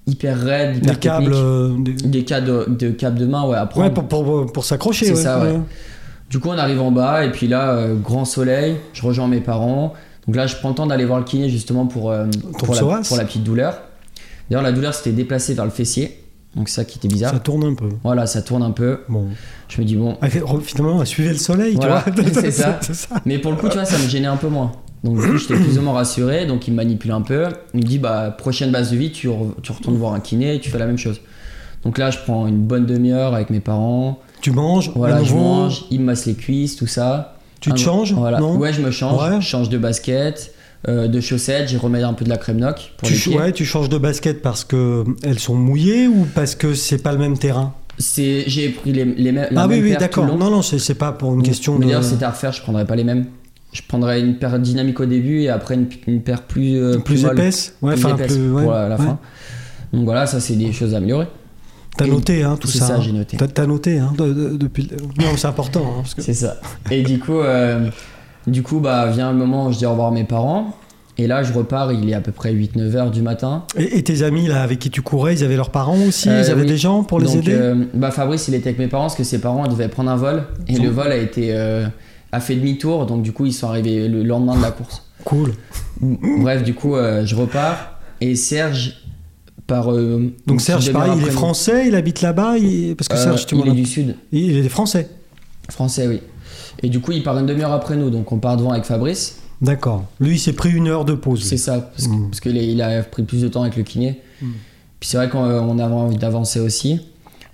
Speaker 2: Hyper raide, hyper
Speaker 1: Des câbles,
Speaker 2: technique.
Speaker 1: euh, des-
Speaker 2: Des câbles de, de câbles de main ouais à prendre.
Speaker 1: ouais, pour, pour, pour euh, s'accrocher.
Speaker 2: C'est ça, ouais. Du coup, on arrive en bas, et puis là, euh, grand soleil, je rejoins mes parents. Donc là, je prends le temps d'aller voir le kiné justement pour, euh, pour, la,
Speaker 1: psoas.
Speaker 2: pour la petite douleur. D'ailleurs, la douleur s'était déplacée vers le fessier, donc ça qui était bizarre.
Speaker 1: Ça tourne un peu.
Speaker 2: Voilà, ça tourne un peu.
Speaker 1: Bon.
Speaker 2: Je me dis, bon.
Speaker 1: Ah, Finalement, suivez le soleil,
Speaker 2: Voilà,
Speaker 1: tu vois.
Speaker 2: [LAUGHS] c'est ça.
Speaker 1: [LAUGHS] C'est ça.
Speaker 2: Mais pour le coup, tu vois, ça me gênait un peu moins. Donc, du coup, j'étais plus ou moins rassuré, donc il me manipule un peu. Il me dit, bah, prochaine base de vie, tu, re- tu retournes voir un kiné et tu fais la même chose. Donc là, je prends une bonne demi-heure avec mes parents.
Speaker 1: Tu manges, à
Speaker 2: Voilà, je
Speaker 1: nouveau,
Speaker 2: mange, il me masse les cuisses, tout ça.
Speaker 1: tu te
Speaker 2: Un-
Speaker 1: changes.
Speaker 2: Voilà.
Speaker 1: Non
Speaker 2: ouais, je me change.
Speaker 1: Ouais.
Speaker 2: Je change de basket, euh, de chaussettes. J'y remets un peu de la crème noc pour
Speaker 1: tu,
Speaker 2: les
Speaker 1: ch-
Speaker 2: pieds.
Speaker 1: ouais, tu changes de basket parce que euh, elles sont mouillées ou parce que c'est pas le même terrain
Speaker 2: C'est, j'ai pris les, les mêmes. la
Speaker 1: Ah oui,
Speaker 2: même
Speaker 1: oui,
Speaker 2: paire tout
Speaker 1: d'accord.
Speaker 2: le long.
Speaker 1: Non, non, c'est c'est pas pour une question
Speaker 2: Mais
Speaker 1: de.
Speaker 2: d'ailleurs, c'était à refaire. Je prendrais pas les mêmes. Je prendrais une paire dynamique au début et après une, une paire plus euh,
Speaker 1: plus,
Speaker 2: molle,
Speaker 1: épaisse. Ouais,
Speaker 2: plus
Speaker 1: enfin,
Speaker 2: épaisse
Speaker 1: plus- ouais,
Speaker 2: pour la, la
Speaker 1: ouais.
Speaker 2: fin. Donc voilà, ça c'est des choses à améliorer.
Speaker 1: T'as
Speaker 2: Et-
Speaker 1: noté hein, tout
Speaker 2: c'est
Speaker 1: ça.
Speaker 2: ça,
Speaker 1: hein.
Speaker 2: j'ai noté.
Speaker 1: T'as- T'as noté hein, de- de- depuis. le- Non, c'est important. hein, parce que-
Speaker 2: C'est ça. Et du coup, euh, du coup, bah vient le moment où je dis au revoir à mes parents. Et là, je repars. Il est à peu près 8-9 heures du matin.
Speaker 1: Et, et tes amis là, avec qui tu courais, ils avaient leurs parents aussi.
Speaker 2: Euh,
Speaker 1: ils avaient
Speaker 2: oui.
Speaker 1: des gens pour les
Speaker 2: Donc,
Speaker 1: aider.
Speaker 2: euh, bah Fabrice, il était avec mes parents parce que ses parents devaient prendre un vol et
Speaker 1: Donc.
Speaker 2: le vol a été euh, a fait demi-tour, donc du coup ils sont arrivés le lendemain de la course.
Speaker 1: Cool.
Speaker 2: Bref, du coup euh, je repars et Serge par euh, une
Speaker 1: Donc
Speaker 2: petite
Speaker 1: Serge,
Speaker 2: demi-heure
Speaker 1: pareil, il est
Speaker 2: après-midi.
Speaker 1: français, il habite là-bas, il- parce que
Speaker 2: Euh,
Speaker 1: Serge, tu m'en
Speaker 2: il est
Speaker 1: as-
Speaker 2: du sud,
Speaker 1: il est français.
Speaker 2: français, oui. Et du coup il part une demi-heure après nous, donc on part devant avec Fabrice.
Speaker 1: D'accord. Lui, il s'est pris une heure de pause.
Speaker 2: C'est ça, parce que-
Speaker 1: Mm.
Speaker 2: parce qu'il il a pris plus de temps avec le kiné. Puis c'est vrai qu'on euh, on avait envie d'avancer aussi.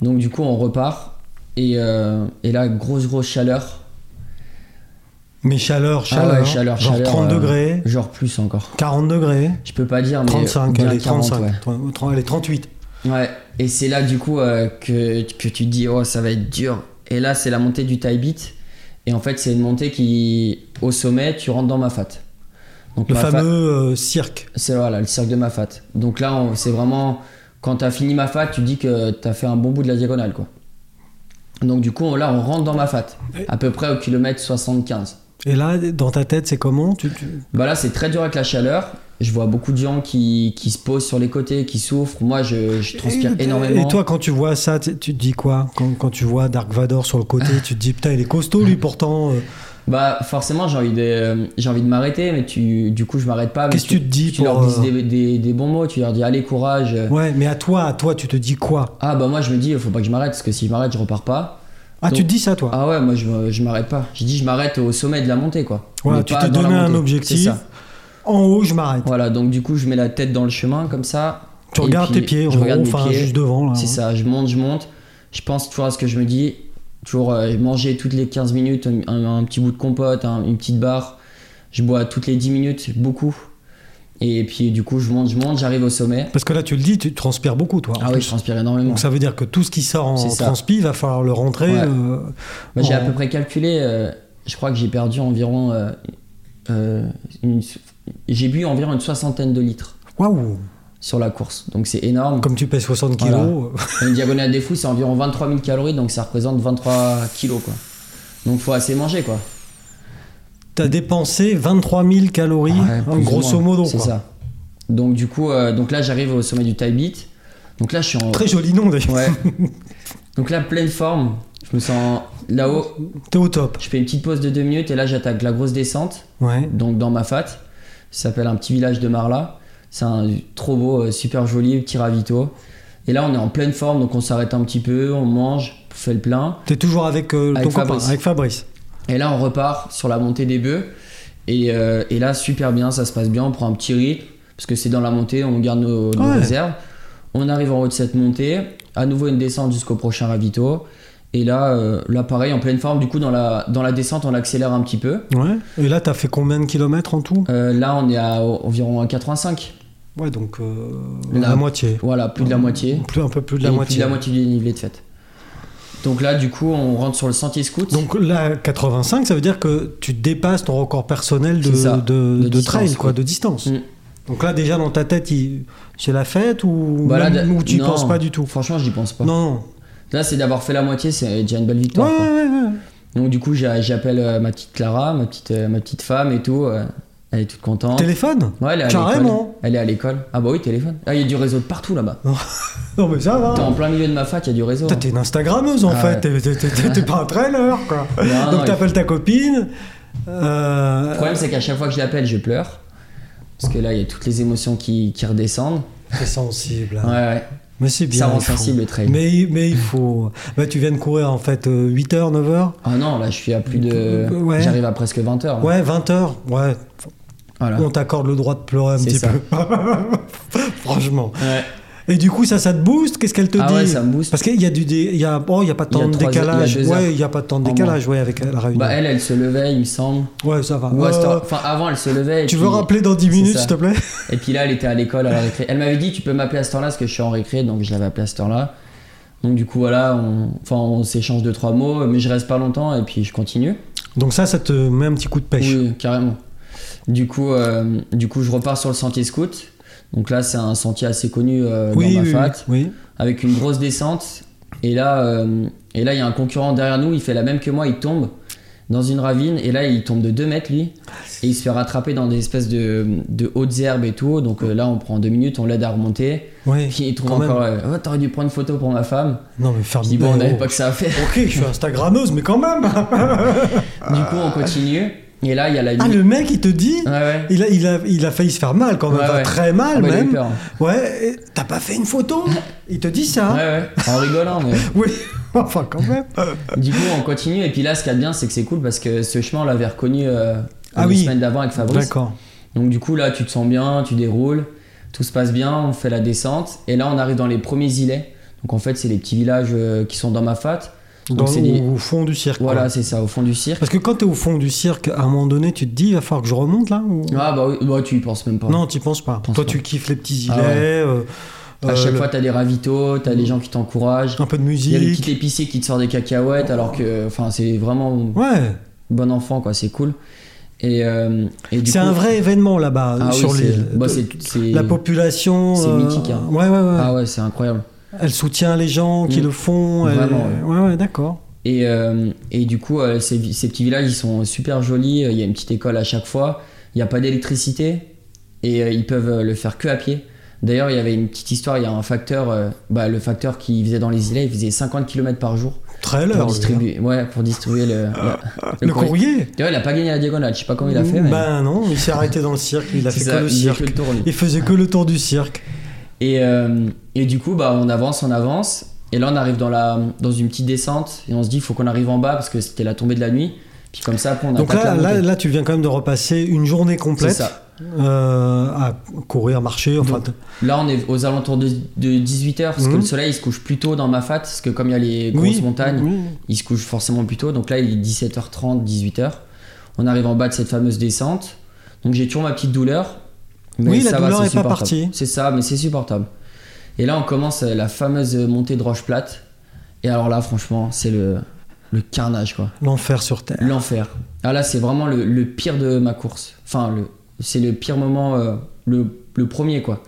Speaker 2: Donc du coup, on repart. Et, euh, et là, grosse, grosse chaleur.
Speaker 1: Mais chaleur,
Speaker 2: Ah
Speaker 1: chaleur,
Speaker 2: ouais, chaleur,
Speaker 1: genre
Speaker 2: chaleur,
Speaker 1: 30
Speaker 2: euh,
Speaker 1: degrés,
Speaker 2: Genre plus encore.
Speaker 1: 40 degrés,
Speaker 2: Je peux pas dire, mais
Speaker 1: 35,
Speaker 2: bien
Speaker 1: allez,
Speaker 2: 40,
Speaker 1: 35,
Speaker 2: ouais.
Speaker 1: tro- tro- allez, 38.
Speaker 2: Ouais, et c'est là du coup euh, que, que tu te dis, oh ça va être dur. Et là, c'est la montée du tie beat. Et en fait, c'est une montée qui, au sommet, tu rentres dans ma fat. Donc,
Speaker 1: Le
Speaker 2: ma fat-
Speaker 1: fameux euh, cirque.
Speaker 2: C'est voilà, le cirque de ma fat. Donc là, on- c'est vraiment. Quand t'as fini ma fat, tu dis que t'as fait un bon bout de la diagonale, quoi. Donc du coup, on- là, on rentre dans ma fat. À peu près au kilomètre 75.
Speaker 1: Et là, dans ta tête, c'est comment tu, tu-
Speaker 2: Bah là, c'est très dur avec la chaleur. Je vois beaucoup de gens qui, qui se posent sur les côtés, qui souffrent. Moi, je, je transpire
Speaker 1: Et-
Speaker 2: énormément.
Speaker 1: Et toi, quand tu vois ça, tu, tu te dis quoi quand, quand tu vois Dark Vador sur le côté,
Speaker 2: Ah.
Speaker 1: tu te dis, putain, il est costaud lui pourtant. euh,
Speaker 2: Bah, forcément, j'ai envie de, euh, j'ai envie de m'arrêter, mais tu, du coup, je m'arrête pas. mais
Speaker 1: Qu'est-ce que tu te dis
Speaker 2: Ah, Tu leur
Speaker 1: pour, euh,
Speaker 2: dis des, des- des bons mots, tu leur dis allez, courage.
Speaker 1: Ouais, mais à toi, à toi, tu te dis quoi
Speaker 2: Ah, bah, moi, je me dis, faut pas que je m'arrête, parce que si je m'arrête, je repars pas.
Speaker 1: Ah,
Speaker 2: Donc-
Speaker 1: tu te dis ça, toi
Speaker 2: Ah ouais, moi, je, me- je m'arrête pas. Je dis, je m'arrête au sommet de la montée, quoi.
Speaker 1: Voilà,
Speaker 2: Mais
Speaker 1: tu
Speaker 2: pas
Speaker 1: t'es
Speaker 2: dans la
Speaker 1: donné un
Speaker 2: montée. C'est
Speaker 1: objectif.
Speaker 2: ça.
Speaker 1: En haut, je m'arrête.
Speaker 2: Voilà, donc, du coup, je mets la tête dans le chemin, comme ça.
Speaker 1: Tu
Speaker 2: Et
Speaker 1: regardes
Speaker 2: puis,
Speaker 1: tes pieds, en
Speaker 2: je
Speaker 1: gros,
Speaker 2: regarde mes
Speaker 1: enfin,
Speaker 2: pieds.
Speaker 1: juste devant. Là, hein.
Speaker 2: C'est
Speaker 1: Ah ouais.
Speaker 2: ça, je monte, je monte. Je pense toujours à ce que je me dis. Toujours euh, manger toutes les 15 minutes un, un- un petit bout de compote, un- une petite barre. Je bois toutes les 10 minutes, beaucoup. Et puis du coup, je monte, je monte, j'arrive au sommet.
Speaker 1: Parce que là, tu le dis, tu transpires beaucoup, toi. en
Speaker 2: Ah oui,
Speaker 1: plus.
Speaker 2: je transpire énormément.
Speaker 1: Donc ça veut dire que tout ce qui sort en
Speaker 2: C'est ça.
Speaker 1: transpi, il va falloir le rentrer.
Speaker 2: Ouais.
Speaker 1: euh,
Speaker 2: Bah, j'ai
Speaker 1: en-
Speaker 2: à peu près calculé, euh, je crois que j'ai perdu environ. euh, euh, une- j'ai bu environ une soixantaine de litres
Speaker 1: Waouh
Speaker 2: sur la course. Donc c'est énorme.
Speaker 1: Comme tu pèses 60
Speaker 2: Voilà.
Speaker 1: kilos.
Speaker 2: Une diagonale des fous, c'est environ 23 000 calories, donc ça représente 23 kilos quoi. Donc faut assez manger quoi.
Speaker 1: [LAUGHS] T'as dépensé 23 000 calories,
Speaker 2: Ouais,
Speaker 1: hein,
Speaker 2: plus ou
Speaker 1: grosso
Speaker 2: moins.
Speaker 1: modo.
Speaker 2: C'est
Speaker 1: quoi.
Speaker 2: ça. Donc du coup, euh, donc là j'arrive au sommet du Thai Beat. [LAUGHS] Donc là je suis en.
Speaker 1: Très joli nom d'ailleurs.
Speaker 2: Ouais. donc là pleine forme. Je me sens là-haut,
Speaker 1: [LAUGHS] T'es au top.
Speaker 2: je fais une petite pause de deux minutes et là j'attaque la grosse descente,
Speaker 1: Ouais.
Speaker 2: donc dans ma fat. Ça s'appelle un petit village de Marla. C'est un trop beau, euh, super joli petit ravito. Et là on est en pleine forme, donc on s'arrête un petit peu, on mange, on fait le plein.
Speaker 1: T'es toujours avec, euh,
Speaker 2: Avec
Speaker 1: ton copain,
Speaker 2: Fabrice.
Speaker 1: avec Fabrice.
Speaker 2: Et là, on repart sur la montée des bœufs. Et, euh, et là, super bien, ça se passe bien. On prend un petit rythme parce que c'est dans la montée, on garde nos, nos
Speaker 1: Ouais.
Speaker 2: réserves. On arrive en haut de cette montée, à nouveau une descente jusqu'au prochain ravito. Et là, euh, là, pareil, en pleine forme. Du coup, dans la, dans la descente, on accélère un petit peu.
Speaker 1: Ouais. Et là, t'as fait combien de kilomètres en tout
Speaker 2: Euh, là, on est à au- environ 85.
Speaker 1: Ouais, donc euh,
Speaker 2: La-
Speaker 1: la moitié.
Speaker 2: Voilà, plus de la moitié.
Speaker 1: Plus, un peu plus de
Speaker 2: Et
Speaker 1: la
Speaker 2: plus
Speaker 1: moitié.
Speaker 2: de la moitié du dénivelé de fête. Donc là, du coup, on rentre sur le sentier scout.
Speaker 1: Donc là, 85, ça veut dire que tu dépasses ton record personnel de,
Speaker 2: C'est ça,
Speaker 1: de,
Speaker 2: de
Speaker 1: de
Speaker 2: distance,
Speaker 1: trail, quoi,
Speaker 2: oui.
Speaker 1: de distance.
Speaker 2: Mm.
Speaker 1: Donc là, déjà dans ta tête, il- c'est la fête ou,
Speaker 2: Bah là,
Speaker 1: même-
Speaker 2: de-
Speaker 1: ou tu y
Speaker 2: non.
Speaker 1: penses pas du tout
Speaker 2: Franchement, j'y pense pas.
Speaker 1: Non,
Speaker 2: Là, c'est d'avoir fait la moitié, c'est déjà une belle
Speaker 1: non.
Speaker 2: victoire.
Speaker 1: Ouais,
Speaker 2: quoi.
Speaker 1: ouais, ouais, ouais.
Speaker 2: Donc du coup j'a- j'appelle euh, ma petite Clara, ma petite, euh, ma petite femme et tout. euh, elle est toute contente.
Speaker 1: Téléphone
Speaker 2: Ouais, elle est à
Speaker 1: Carrément.
Speaker 2: l'école. Elle est à l'école. Ah bah oui, téléphone. Ah, il y a du réseau de partout là-bas.
Speaker 1: Non, mais ça va.
Speaker 2: T'es en plein milieu de ma fac, il y a du réseau. hein.
Speaker 1: Putain, T'es une Instagrammeuse en
Speaker 2: Ah
Speaker 1: fait,
Speaker 2: ouais.
Speaker 1: T'es- t'es- t'es t'es pas un trailer quoi.
Speaker 2: [LAUGHS] Non, non,
Speaker 1: Donc
Speaker 2: il-
Speaker 1: t'appelles ta copine. euh,
Speaker 2: Le problème c'est qu'à chaque fois que je l'appelle, je pleure. Parce que là, il y a toutes les émotions qui, qui redescendent.
Speaker 1: T'es sensible.
Speaker 2: Ouais,
Speaker 1: hein.
Speaker 2: ouais.
Speaker 1: Mais c'est bien.
Speaker 2: Ça rend
Speaker 1: il faut.
Speaker 2: sensible le trail.
Speaker 1: Mais, mais il faut. Bah, tu viens de courir en fait euh, 8h, 9h
Speaker 2: Ah non, là, je suis à plus de.
Speaker 1: Euh, Ouais.
Speaker 2: J'arrive à presque 20 heures.
Speaker 1: Ouais, 20h. Ouais,
Speaker 2: Voilà.
Speaker 1: on t'accorde le droit de pleurer un
Speaker 2: Ah. C'est
Speaker 1: petit
Speaker 2: ça.
Speaker 1: peu. [LAUGHS] Franchement.
Speaker 2: Ouais.
Speaker 1: Et du coup, ça, ça te booste Qu'est-ce qu'elle te
Speaker 2: Ah
Speaker 1: dit
Speaker 2: ouais, ça me booste.
Speaker 1: Parce qu'il y a du dé- il y a oh, il y a pas
Speaker 2: Il y a
Speaker 1: tant de
Speaker 2: trois-
Speaker 1: décalage.
Speaker 2: il y a deux heures
Speaker 1: ouais, il y a pas tant de
Speaker 2: en
Speaker 1: décalage ouais avec la réunion.
Speaker 2: Bah elle, elle se levait, il me semble.
Speaker 1: ouais, ça va.
Speaker 2: Ou à cette
Speaker 1: Euh,
Speaker 2: heure- Enfin, avant, elle se levait. et
Speaker 1: tu
Speaker 2: puis-
Speaker 1: veux rappeler dans 10
Speaker 2: C'est
Speaker 1: minutes
Speaker 2: ça.
Speaker 1: s'il te plaît
Speaker 2: Et puis là, elle était à l'école à la récré. Elle m'avait dit, tu peux m'appeler à ce temps-là parce que je suis en récré, donc je l'avais appelé à ce temps-là. Donc du coup, voilà, on, enfin, on s'échange deux trois mots, mais je reste pas longtemps et puis je continue.
Speaker 1: Donc ça ça te met un petit coup de pêche.
Speaker 2: Oui, euh, carrément. Du coup, euh, du coup, je repars sur le sentier scout. Donc là, c'est un sentier assez connu euh, dans ma fac,
Speaker 1: oui.
Speaker 2: avec une grosse descente. Et là, euh, et là, il y a un concurrent derrière nous. Il fait la même que moi. Il tombe dans une ravine et là, il tombe de 2 mètres lui. Et il se fait rattraper dans des espèces de, de hautes herbes et tout. Donc euh, là, on prend deux minutes, on l'aide à remonter. [LAUGHS]
Speaker 1: Oui.
Speaker 2: Puis il trouve
Speaker 1: Quand même.
Speaker 2: encore. euh, Oh, t'aurais dû prendre une photo pour ma femme.
Speaker 1: Non mais faire
Speaker 2: Je dis, bon, on
Speaker 1: mais,
Speaker 2: n'avait
Speaker 1: oh.
Speaker 2: pas que ça à faire. [LAUGHS]
Speaker 1: [LAUGHS] Ok, je suis Instagrammeuse, mais quand même.
Speaker 2: Du coup, on continue. Et là, il y a la
Speaker 1: Ah,
Speaker 2: limite.
Speaker 1: le mec, il te dit,
Speaker 2: Ouais, ouais.
Speaker 1: il a, il a, il a failli se faire mal quand même,
Speaker 2: Ouais,
Speaker 1: enfin,
Speaker 2: ouais.
Speaker 1: très mal
Speaker 2: Ah bah, il a eu
Speaker 1: même.
Speaker 2: peur, hein.
Speaker 1: Ouais, et t'as pas fait une
Speaker 2: [LAUGHS]
Speaker 1: photo Il te dit ça
Speaker 2: Ouais, ouais. En rigolant, mais. [LAUGHS]
Speaker 1: Oui, [LAUGHS] enfin quand même.
Speaker 2: Du coup, on continue. Et puis là, ce qu'il y a de bien, c'est que c'est cool parce que ce chemin, on l'avait reconnu euh,
Speaker 1: Ah
Speaker 2: une
Speaker 1: oui.
Speaker 2: semaine d'avant avec Fabrice.
Speaker 1: D'accord.
Speaker 2: Donc, du coup, là, tu te sens bien, tu déroules, tout se passe bien, on fait la descente. Et là, on arrive dans les premiers îlets. Donc, en fait, c'est les petits villages euh, qui sont dans ma fat. Donc,
Speaker 1: Dans, Ah.
Speaker 2: c'est des-
Speaker 1: au, au fond du cirque. quoi.
Speaker 2: Voilà, c'est ça, au fond du cirque.
Speaker 1: Parce que quand t'es au fond du cirque, à un moment donné, tu te dis, il va falloir que je remonte là ou-
Speaker 2: Ah, bah oui, bah, tu y penses même pas.
Speaker 1: Non, t'y penses pas.
Speaker 2: Pense
Speaker 1: Toi,
Speaker 2: pas.
Speaker 1: tu kiffes les petits îlets,
Speaker 2: Ah ouais.
Speaker 1: euh,
Speaker 2: À
Speaker 1: euh,
Speaker 2: chaque
Speaker 1: le-
Speaker 2: fois, t'as des ravitaux, t'as les gens qui t'encouragent.
Speaker 1: un peu de
Speaker 2: Il y a le petit
Speaker 1: musique.
Speaker 2: épicier qui te sort des cacahuètes alors que enfin c'est vraiment
Speaker 1: Ouais,
Speaker 2: bon enfant quoi, c'est cool. Et, euh, et du
Speaker 1: c'est
Speaker 2: coup-
Speaker 1: un vrai événement là-bas
Speaker 2: Ah
Speaker 1: euh,
Speaker 2: oui,
Speaker 1: sur
Speaker 2: c'est-
Speaker 1: l'île.
Speaker 2: bah,
Speaker 1: De-
Speaker 2: c'est- c'est-
Speaker 1: La population. euh,
Speaker 2: C'est mythique, hein.
Speaker 1: Ouais, ouais, ouais.
Speaker 2: Ah ouais, c'est incroyable.
Speaker 1: Elle soutient les gens qui
Speaker 2: Mm.
Speaker 1: le font. elle-
Speaker 2: Vraiment,
Speaker 1: ouais, ouais, d'accord.
Speaker 2: Et, euh, et du coup, euh, ces, vi- ces petits villages, ils sont super jolis. euh, Il y a une petite école à chaque fois. Il n'y a pas d'électricité. Et euh, ils peuvent euh, le faire que à pied. D'ailleurs, il y avait une petite histoire. Il y a un facteur, euh, bah, le facteur qui faisait dans les îlets, il faisait 50 km par jour
Speaker 1: Très
Speaker 2: pour
Speaker 1: l'heure.
Speaker 2: distribuer, ouais, pour distribuer le, la-
Speaker 1: Ah, Le courrier.
Speaker 2: D'ailleurs, il a pas gagné la diagonale. Je sais pas comment il a fait, mais
Speaker 1: Ben non, il s'est arrêté dans le cirque, il a
Speaker 2: C'est
Speaker 1: fait
Speaker 2: ça,
Speaker 1: que le
Speaker 2: il faisait
Speaker 1: cirque.
Speaker 2: que le tour, lui.
Speaker 1: Il faisait que le tour du cirque.
Speaker 2: Et, euh, et du coup, bah, on avance, on avance. Et là, on arrive dans, la, dans une petite descente. Et on se dit, il faut qu'on arrive en bas parce que c'était la tombée de la nuit. Puis comme ça, après, on
Speaker 1: Donc
Speaker 2: attaque
Speaker 1: là,
Speaker 2: la
Speaker 1: là,
Speaker 2: montée.
Speaker 1: là, tu viens quand même de repasser une journée complète
Speaker 2: C'est ça.
Speaker 1: euh, à courir, marcher, enfin.
Speaker 2: Donc, là, on est aux alentours de, 18h parce que
Speaker 1: Mhm.
Speaker 2: le soleil il se couche plus tôt dans ma fat. Parce que comme il y a les grosses
Speaker 1: oui,
Speaker 2: montagnes,
Speaker 1: oui.
Speaker 2: il se couche forcément plus tôt. Donc là, il est 17h30, 18h. On arrive en bas de cette fameuse descente. Donc j'ai toujours ma petite douleur. Mais
Speaker 1: Oui, la
Speaker 2: ça
Speaker 1: douleur
Speaker 2: va,
Speaker 1: est
Speaker 2: c'est
Speaker 1: pas
Speaker 2: supportable.
Speaker 1: partie.
Speaker 2: C'est ça, mais c'est supportable. Et là, on commence euh, la fameuse montée de roche plate. Et alors là, franchement, c'est le, le carnage, quoi.
Speaker 1: L'enfer sur terre.
Speaker 2: L'enfer. Ah là, c'est vraiment le, le pire de ma course. Enfin, le, c'est le pire moment, euh, le, le premier, quoi.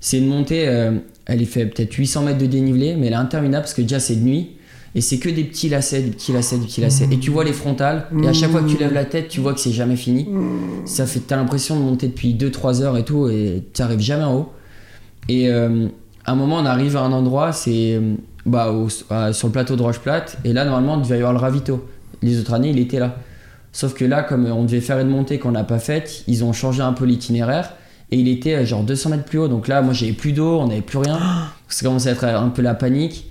Speaker 2: C'est une montée, euh, elle est fait peut-être 800 mètres de dénivelé, mais elle est interminable parce que déjà c'est de nuit. Et c'est que des petits lacets, des petits lacets, des petits lacets. Et tu vois les frontales, et à chaque fois que tu lèves la tête, tu vois que c'est jamais fini. Ça fait, t'as l'impression de monter depuis 2-3 heures et tout, et t'arrives jamais en haut. Et euh, à un moment, on arrive à un endroit, c'est euh, bah, au- à- sur le plateau de Roche Plate. Et là, normalement, il devait y avoir le ravito. Les autres années, il était là. Sauf que là, comme euh, on devait faire une montée qu'on n'a pas faite, ils ont changé un peu l'itinéraire. Et il était euh, genre 200 mètres plus haut. Donc là, moi, j'avais plus d'eau, on n'avait plus rien. Ça commençait à être un peu la panique.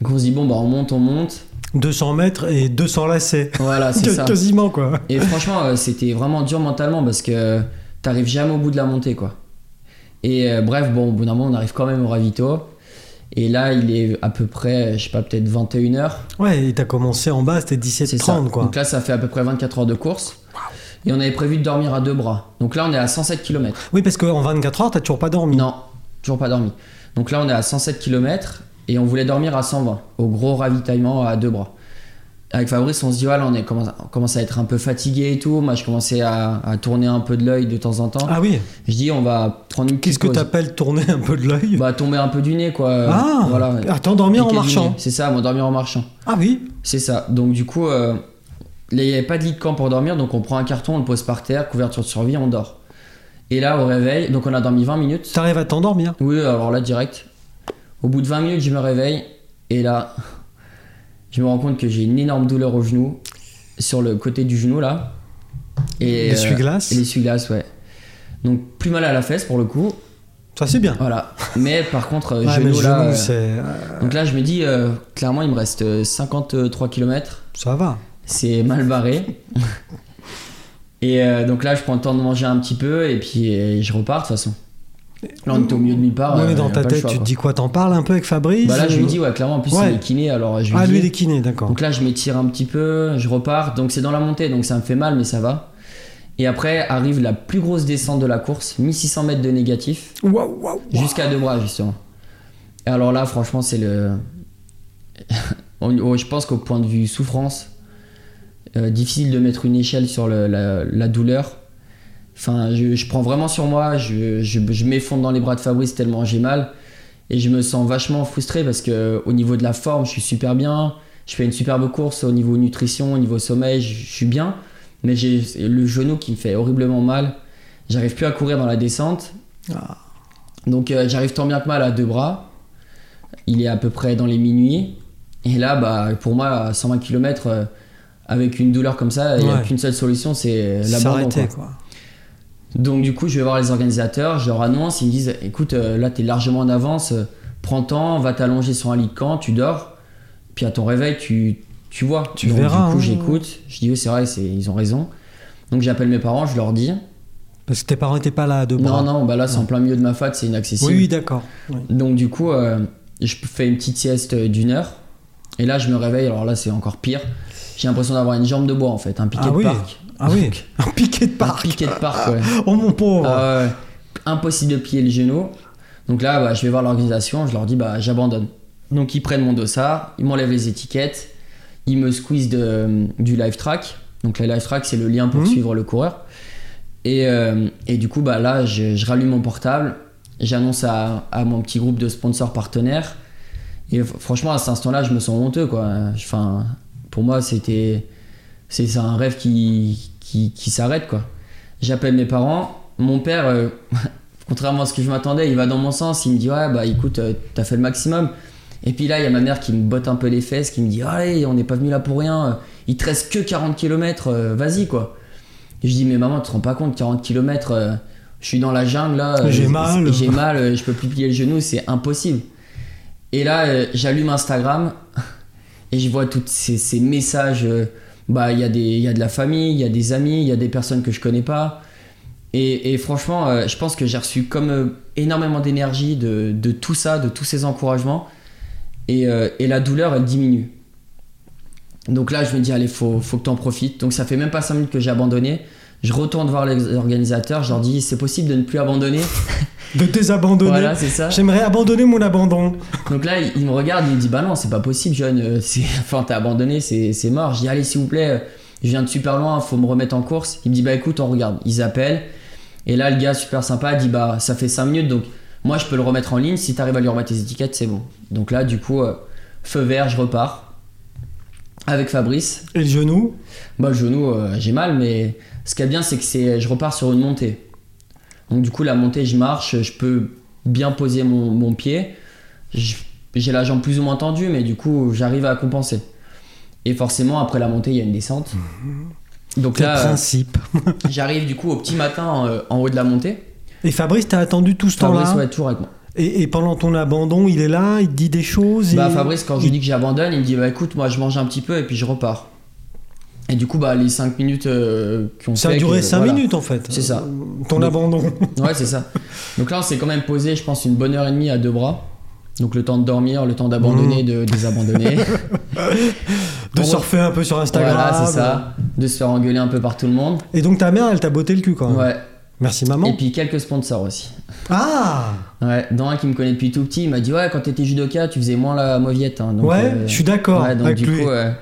Speaker 2: Donc on se dit, bon, bah, on monte, on monte.
Speaker 1: 200 mètres et 200 lacets. [LAUGHS]
Speaker 2: Voilà, c'est
Speaker 1: Que-
Speaker 2: ça.
Speaker 1: Quasiment, quoi.
Speaker 2: Et franchement, euh, c'était vraiment dur mentalement parce que euh, t'arrives jamais au bout de la montée, quoi. Et euh, bref, bon, au bout d'un moment, on arrive quand même au ravito. Et là, il est à peu près, je sais pas, peut-être 21h.
Speaker 1: Ouais, et t'as commencé en bas, c'était
Speaker 2: C'est ça.
Speaker 1: 17-30, quoi.
Speaker 2: Donc là, ça fait à peu près 24 heures de course. Et on avait prévu de dormir à deux bras. Donc là, on est à 107 km.
Speaker 1: Oui, parce qu'en 24 heures, t'as toujours pas dormi.
Speaker 2: Non, toujours pas dormi. Donc là, on est à 107 km et on voulait dormir à 120, au gros ravitaillement à deux bras. Avec Fabrice, on se dit, voilà, on, est, commence, on commence à être un peu fatigué et tout. Moi, je commençais à, à tourner un peu de l'œil de temps en temps.
Speaker 1: Ah oui,
Speaker 2: Je dis, on va prendre une petite
Speaker 1: qu'est-ce que
Speaker 2: pause.
Speaker 1: t'appelles tourner un peu de l'œil
Speaker 2: Bah, tomber un peu du nez, quoi. Euh,
Speaker 1: Ah,
Speaker 2: voilà.
Speaker 1: à t'endormir en
Speaker 2: Piquer du nez.
Speaker 1: marchant.
Speaker 2: C'est ça, m'endormir en marchant.
Speaker 1: Ah oui,
Speaker 2: C'est ça. Donc du coup, euh, là, il n'y avait pas de lit de camp pour dormir, donc on prend un carton, on le pose par terre, couverture de survie, on dort. Et là, au réveil, donc on a dormi 20 minutes.
Speaker 1: t'arrives à t'endormir.
Speaker 2: Oui, alors là, direct. Au bout de 20 minutes, je me réveille, et là, [LAUGHS] je me rends compte que j'ai une énorme douleur au genou, sur le côté du genou, là. Et,
Speaker 1: L'essuie-glace
Speaker 2: euh, L'essuie-glace, ouais. Donc plus mal à la fesse, pour le coup.
Speaker 1: Ça, c'est bien.
Speaker 2: Voilà. Mais par contre, euh,
Speaker 1: Ouais, mais
Speaker 2: genou,
Speaker 1: le
Speaker 2: là...
Speaker 1: genou,
Speaker 2: euh,
Speaker 1: c'est- euh,
Speaker 2: donc là, je me dis, euh, clairement, il me reste euh, 53 km.
Speaker 1: ça va.
Speaker 2: C'est mal
Speaker 1: [LAUGHS]
Speaker 2: barré. et euh, donc là, je prends le temps de manger un petit peu et puis euh, je repars de toute façon. Là, on était au milieu de nulle part.
Speaker 1: Ouais, mais
Speaker 2: euh,
Speaker 1: dans
Speaker 2: y a
Speaker 1: ta
Speaker 2: pas le
Speaker 1: tête,
Speaker 2: choix,
Speaker 1: tu te
Speaker 2: quoi.
Speaker 1: dis quoi T'en parles un peu avec Fabrice
Speaker 2: Bah là, je lui dis, ouais, clairement, en plus,
Speaker 1: Ouais.
Speaker 2: il est kiné, alors je lui
Speaker 1: Ah,
Speaker 2: dis.
Speaker 1: lui, il est kiné, d'accord.
Speaker 2: Donc là, je m'étire un petit peu, je repars. Donc c'est dans la montée, donc ça me fait mal, mais ça va. Et après arrive la plus grosse descente de la course, 1600 mètres de négatif,
Speaker 1: Waouh, waouh, waouh.
Speaker 2: jusqu'à deux bras, justement. Et alors là, franchement, c'est le. [LAUGHS] On- oh, je pense qu'au point de vue souffrance, euh, difficile de mettre une échelle sur le- la, la douleur. Enfin, je, je prends vraiment sur moi, je, je- je m'effondre dans les bras de Fabrice tellement j'ai mal. Et je me sens vachement frustré parce que au niveau de la forme, je suis super bien. Je fais une superbe course au niveau nutrition, au niveau sommeil, je, je suis bien. Mais j'ai le genou qui me fait horriblement mal. J'arrive plus à courir dans la descente.
Speaker 1: Ah.
Speaker 2: Donc euh, j'arrive tant bien que mal à deux bras. Il est à peu près dans les minuit. Et là, bah, pour moi, à 120 km, euh, avec une douleur comme ça, il n'y a
Speaker 1: Ouais.
Speaker 2: qu'une seule solution, c'est l'abandon.
Speaker 1: S'arrêter,
Speaker 2: quoi.
Speaker 1: quoi.
Speaker 2: Donc du coup, je vais voir les organisateurs, je leur annonce, ils me disent, écoute, euh, là, t'es largement en avance, euh, prends temps, va t'allonger sur un lit de camp, tu dors, puis à ton réveil, tu, tu vois.
Speaker 1: Tu
Speaker 2: Donc,
Speaker 1: verras,
Speaker 2: Du coup,
Speaker 1: hein.
Speaker 2: j'écoute, je dis, oui, c'est vrai, c'est- ils ont raison. Donc j'appelle mes parents, je leur dis,
Speaker 1: Parce que tes parents n'étaient pas là à deux bras.
Speaker 2: non, non, bah là, c'est en plein milieu de ma fat, c'est inaccessible.
Speaker 1: Oui, oui, d'accord. Oui.
Speaker 2: Donc du coup, euh, je fais une petite sieste d'une heure. Et là, je me réveille. Alors là, c'est encore pire. J'ai l'impression d'avoir une jambe de bois en fait, un piquet
Speaker 1: Ah
Speaker 2: de
Speaker 1: oui,
Speaker 2: parc.
Speaker 1: Ah oui, [LAUGHS] un piquet de
Speaker 2: Un
Speaker 1: parc.
Speaker 2: piquet de parc, ouais.
Speaker 1: Oh mon pauvre.
Speaker 2: Ah ouais. Impossible de plier le genou. Donc là, bah, je vais voir l'organisation. Je leur dis, bah, j'abandonne. Donc ils prennent mon dossard, ils m'enlèvent les étiquettes, ils me squeezent de- euh, du live track. Donc la live track, c'est le lien pour
Speaker 1: Mhm.
Speaker 2: suivre le coureur. Et, euh, et du coup, bah, là, je, je rallume mon portable, j'annonce à, à mon petit groupe de sponsors partenaires. Et f- franchement, à cet instant-là, je me sens honteux. Quoi. Enfin, pour moi, c'était c'est c'est un rêve qui, qui, qui s'arrête. quoi. J'appelle mes parents. Mon père, euh, contrairement à ce que je m'attendais, il va dans mon sens. Il me dit Ouais, bah écoute, euh, t'as fait le maximum. Et puis là, il y a ma mère qui me botte un peu les fesses, qui me dit Allez, on n'est pas venu là pour rien, euh, il te reste que 40 km, vas-y quoi. Et je dis Mais maman, tu te rends pas compte, 40 km, je suis dans la jungle là, euh,
Speaker 1: J'ai
Speaker 2: c'est-
Speaker 1: mal.
Speaker 2: j'ai mal, euh, je peux plus plier le genou, c'est impossible. Et là, euh, j'allume Instagram [LAUGHS] et je vois tous ces, ces messages. euh, bah, il y, a des- il y a de la famille, il y a des amis, il y a des personnes que je connais pas. Et, et franchement, euh, je pense que j'ai reçu comme euh, énormément d'énergie de, de tout ça, de tous ces encouragements. Et, euh, et la douleur, elle diminue. Donc là, je me dis, allez, faut, faut que t'en profites. Donc ça fait même pas 5 minutes que j'ai abandonné. Je retourne voir les organisateurs, je leur dis, c'est possible de ne plus abandonner.
Speaker 1: De désabandonner.
Speaker 2: voilà, c'est ça.
Speaker 1: J'aimerais abandonner mon abandon.
Speaker 2: Donc là, il, il me regarde, il me dit Bah non, c'est pas possible, jeune, euh, c'est- [LAUGHS] enfin, t'as abandonné, c'est c'est mort. Je dis Allez, s'il vous plaît, euh, je viens de super loin, faut me remettre en course. Il me dit Bah écoute, on regarde. Ils appellent. Et là, le gars, super sympa, dit Bah ça fait 5 minutes, donc moi je peux le remettre en ligne. Si t'arrives à lui remettre les étiquettes, c'est bon. Donc là, du coup, euh, feu vert, je repars avec Fabrice.
Speaker 1: Et le genou
Speaker 2: Bah, le genou, euh, j'ai mal, mais ce qu'il y a de bien, c'est que c'est, je repars sur une montée. Donc, du coup, la montée, je marche, je peux bien poser mon, mon pied. Je j'ai la jambe plus ou moins tendue, mais du coup, j'arrive à compenser. Et forcément, après la montée, il y a une descente. Donc
Speaker 1: C'est le
Speaker 2: là, euh,
Speaker 1: Mhm. principe.
Speaker 2: j'arrive du coup au petit matin euh, en haut de la montée.
Speaker 1: Et Fabrice, t'as attendu tout ce
Speaker 2: Fabrice,
Speaker 1: temps-là
Speaker 2: ouais, toujours avec moi.
Speaker 1: et, et pendant ton abandon, il est là, il te dit des choses.
Speaker 2: Bah,
Speaker 1: et-
Speaker 2: Fabrice, quand je lui dis que j'abandonne, il me dit Bah écoute, moi je mange un petit peu et puis je repars. Et du coup, bah, les 5 minutes euh, qui ont
Speaker 1: Ça a
Speaker 2: fait
Speaker 1: duré
Speaker 2: que-
Speaker 1: 5
Speaker 2: voilà.
Speaker 1: minutes en fait.
Speaker 2: C'est ça.
Speaker 1: Euh, Ton
Speaker 2: Donc-
Speaker 1: abandon. [LAUGHS]
Speaker 2: Ouais, c'est ça. Donc là, on s'est quand même posé, je pense, une bonne heure et demie à deux bras. Donc le temps de dormir, le temps
Speaker 1: Mmh.
Speaker 2: d'abandonner,
Speaker 1: [LAUGHS]
Speaker 2: de désabandonner.
Speaker 1: De
Speaker 2: Bon,
Speaker 1: surfer un peu sur Instagram.
Speaker 2: voilà, c'est ça. De se faire engueuler un peu par tout le monde.
Speaker 1: Et donc ta mère, elle t'a botté le cul quand même.
Speaker 2: Ouais.
Speaker 1: Merci
Speaker 2: Et
Speaker 1: maman.
Speaker 2: puis quelques sponsors aussi.
Speaker 1: Ah
Speaker 2: Ouais, dans un qui me connaît depuis tout petit, il m'a dit Ouais, quand t'étais judoka, tu faisais moins la mauviette. hein. Donc,
Speaker 1: Ouais,
Speaker 2: euh,
Speaker 1: je suis d'accord
Speaker 2: ouais, donc
Speaker 1: avec
Speaker 2: du
Speaker 1: lui.
Speaker 2: coup, ouais.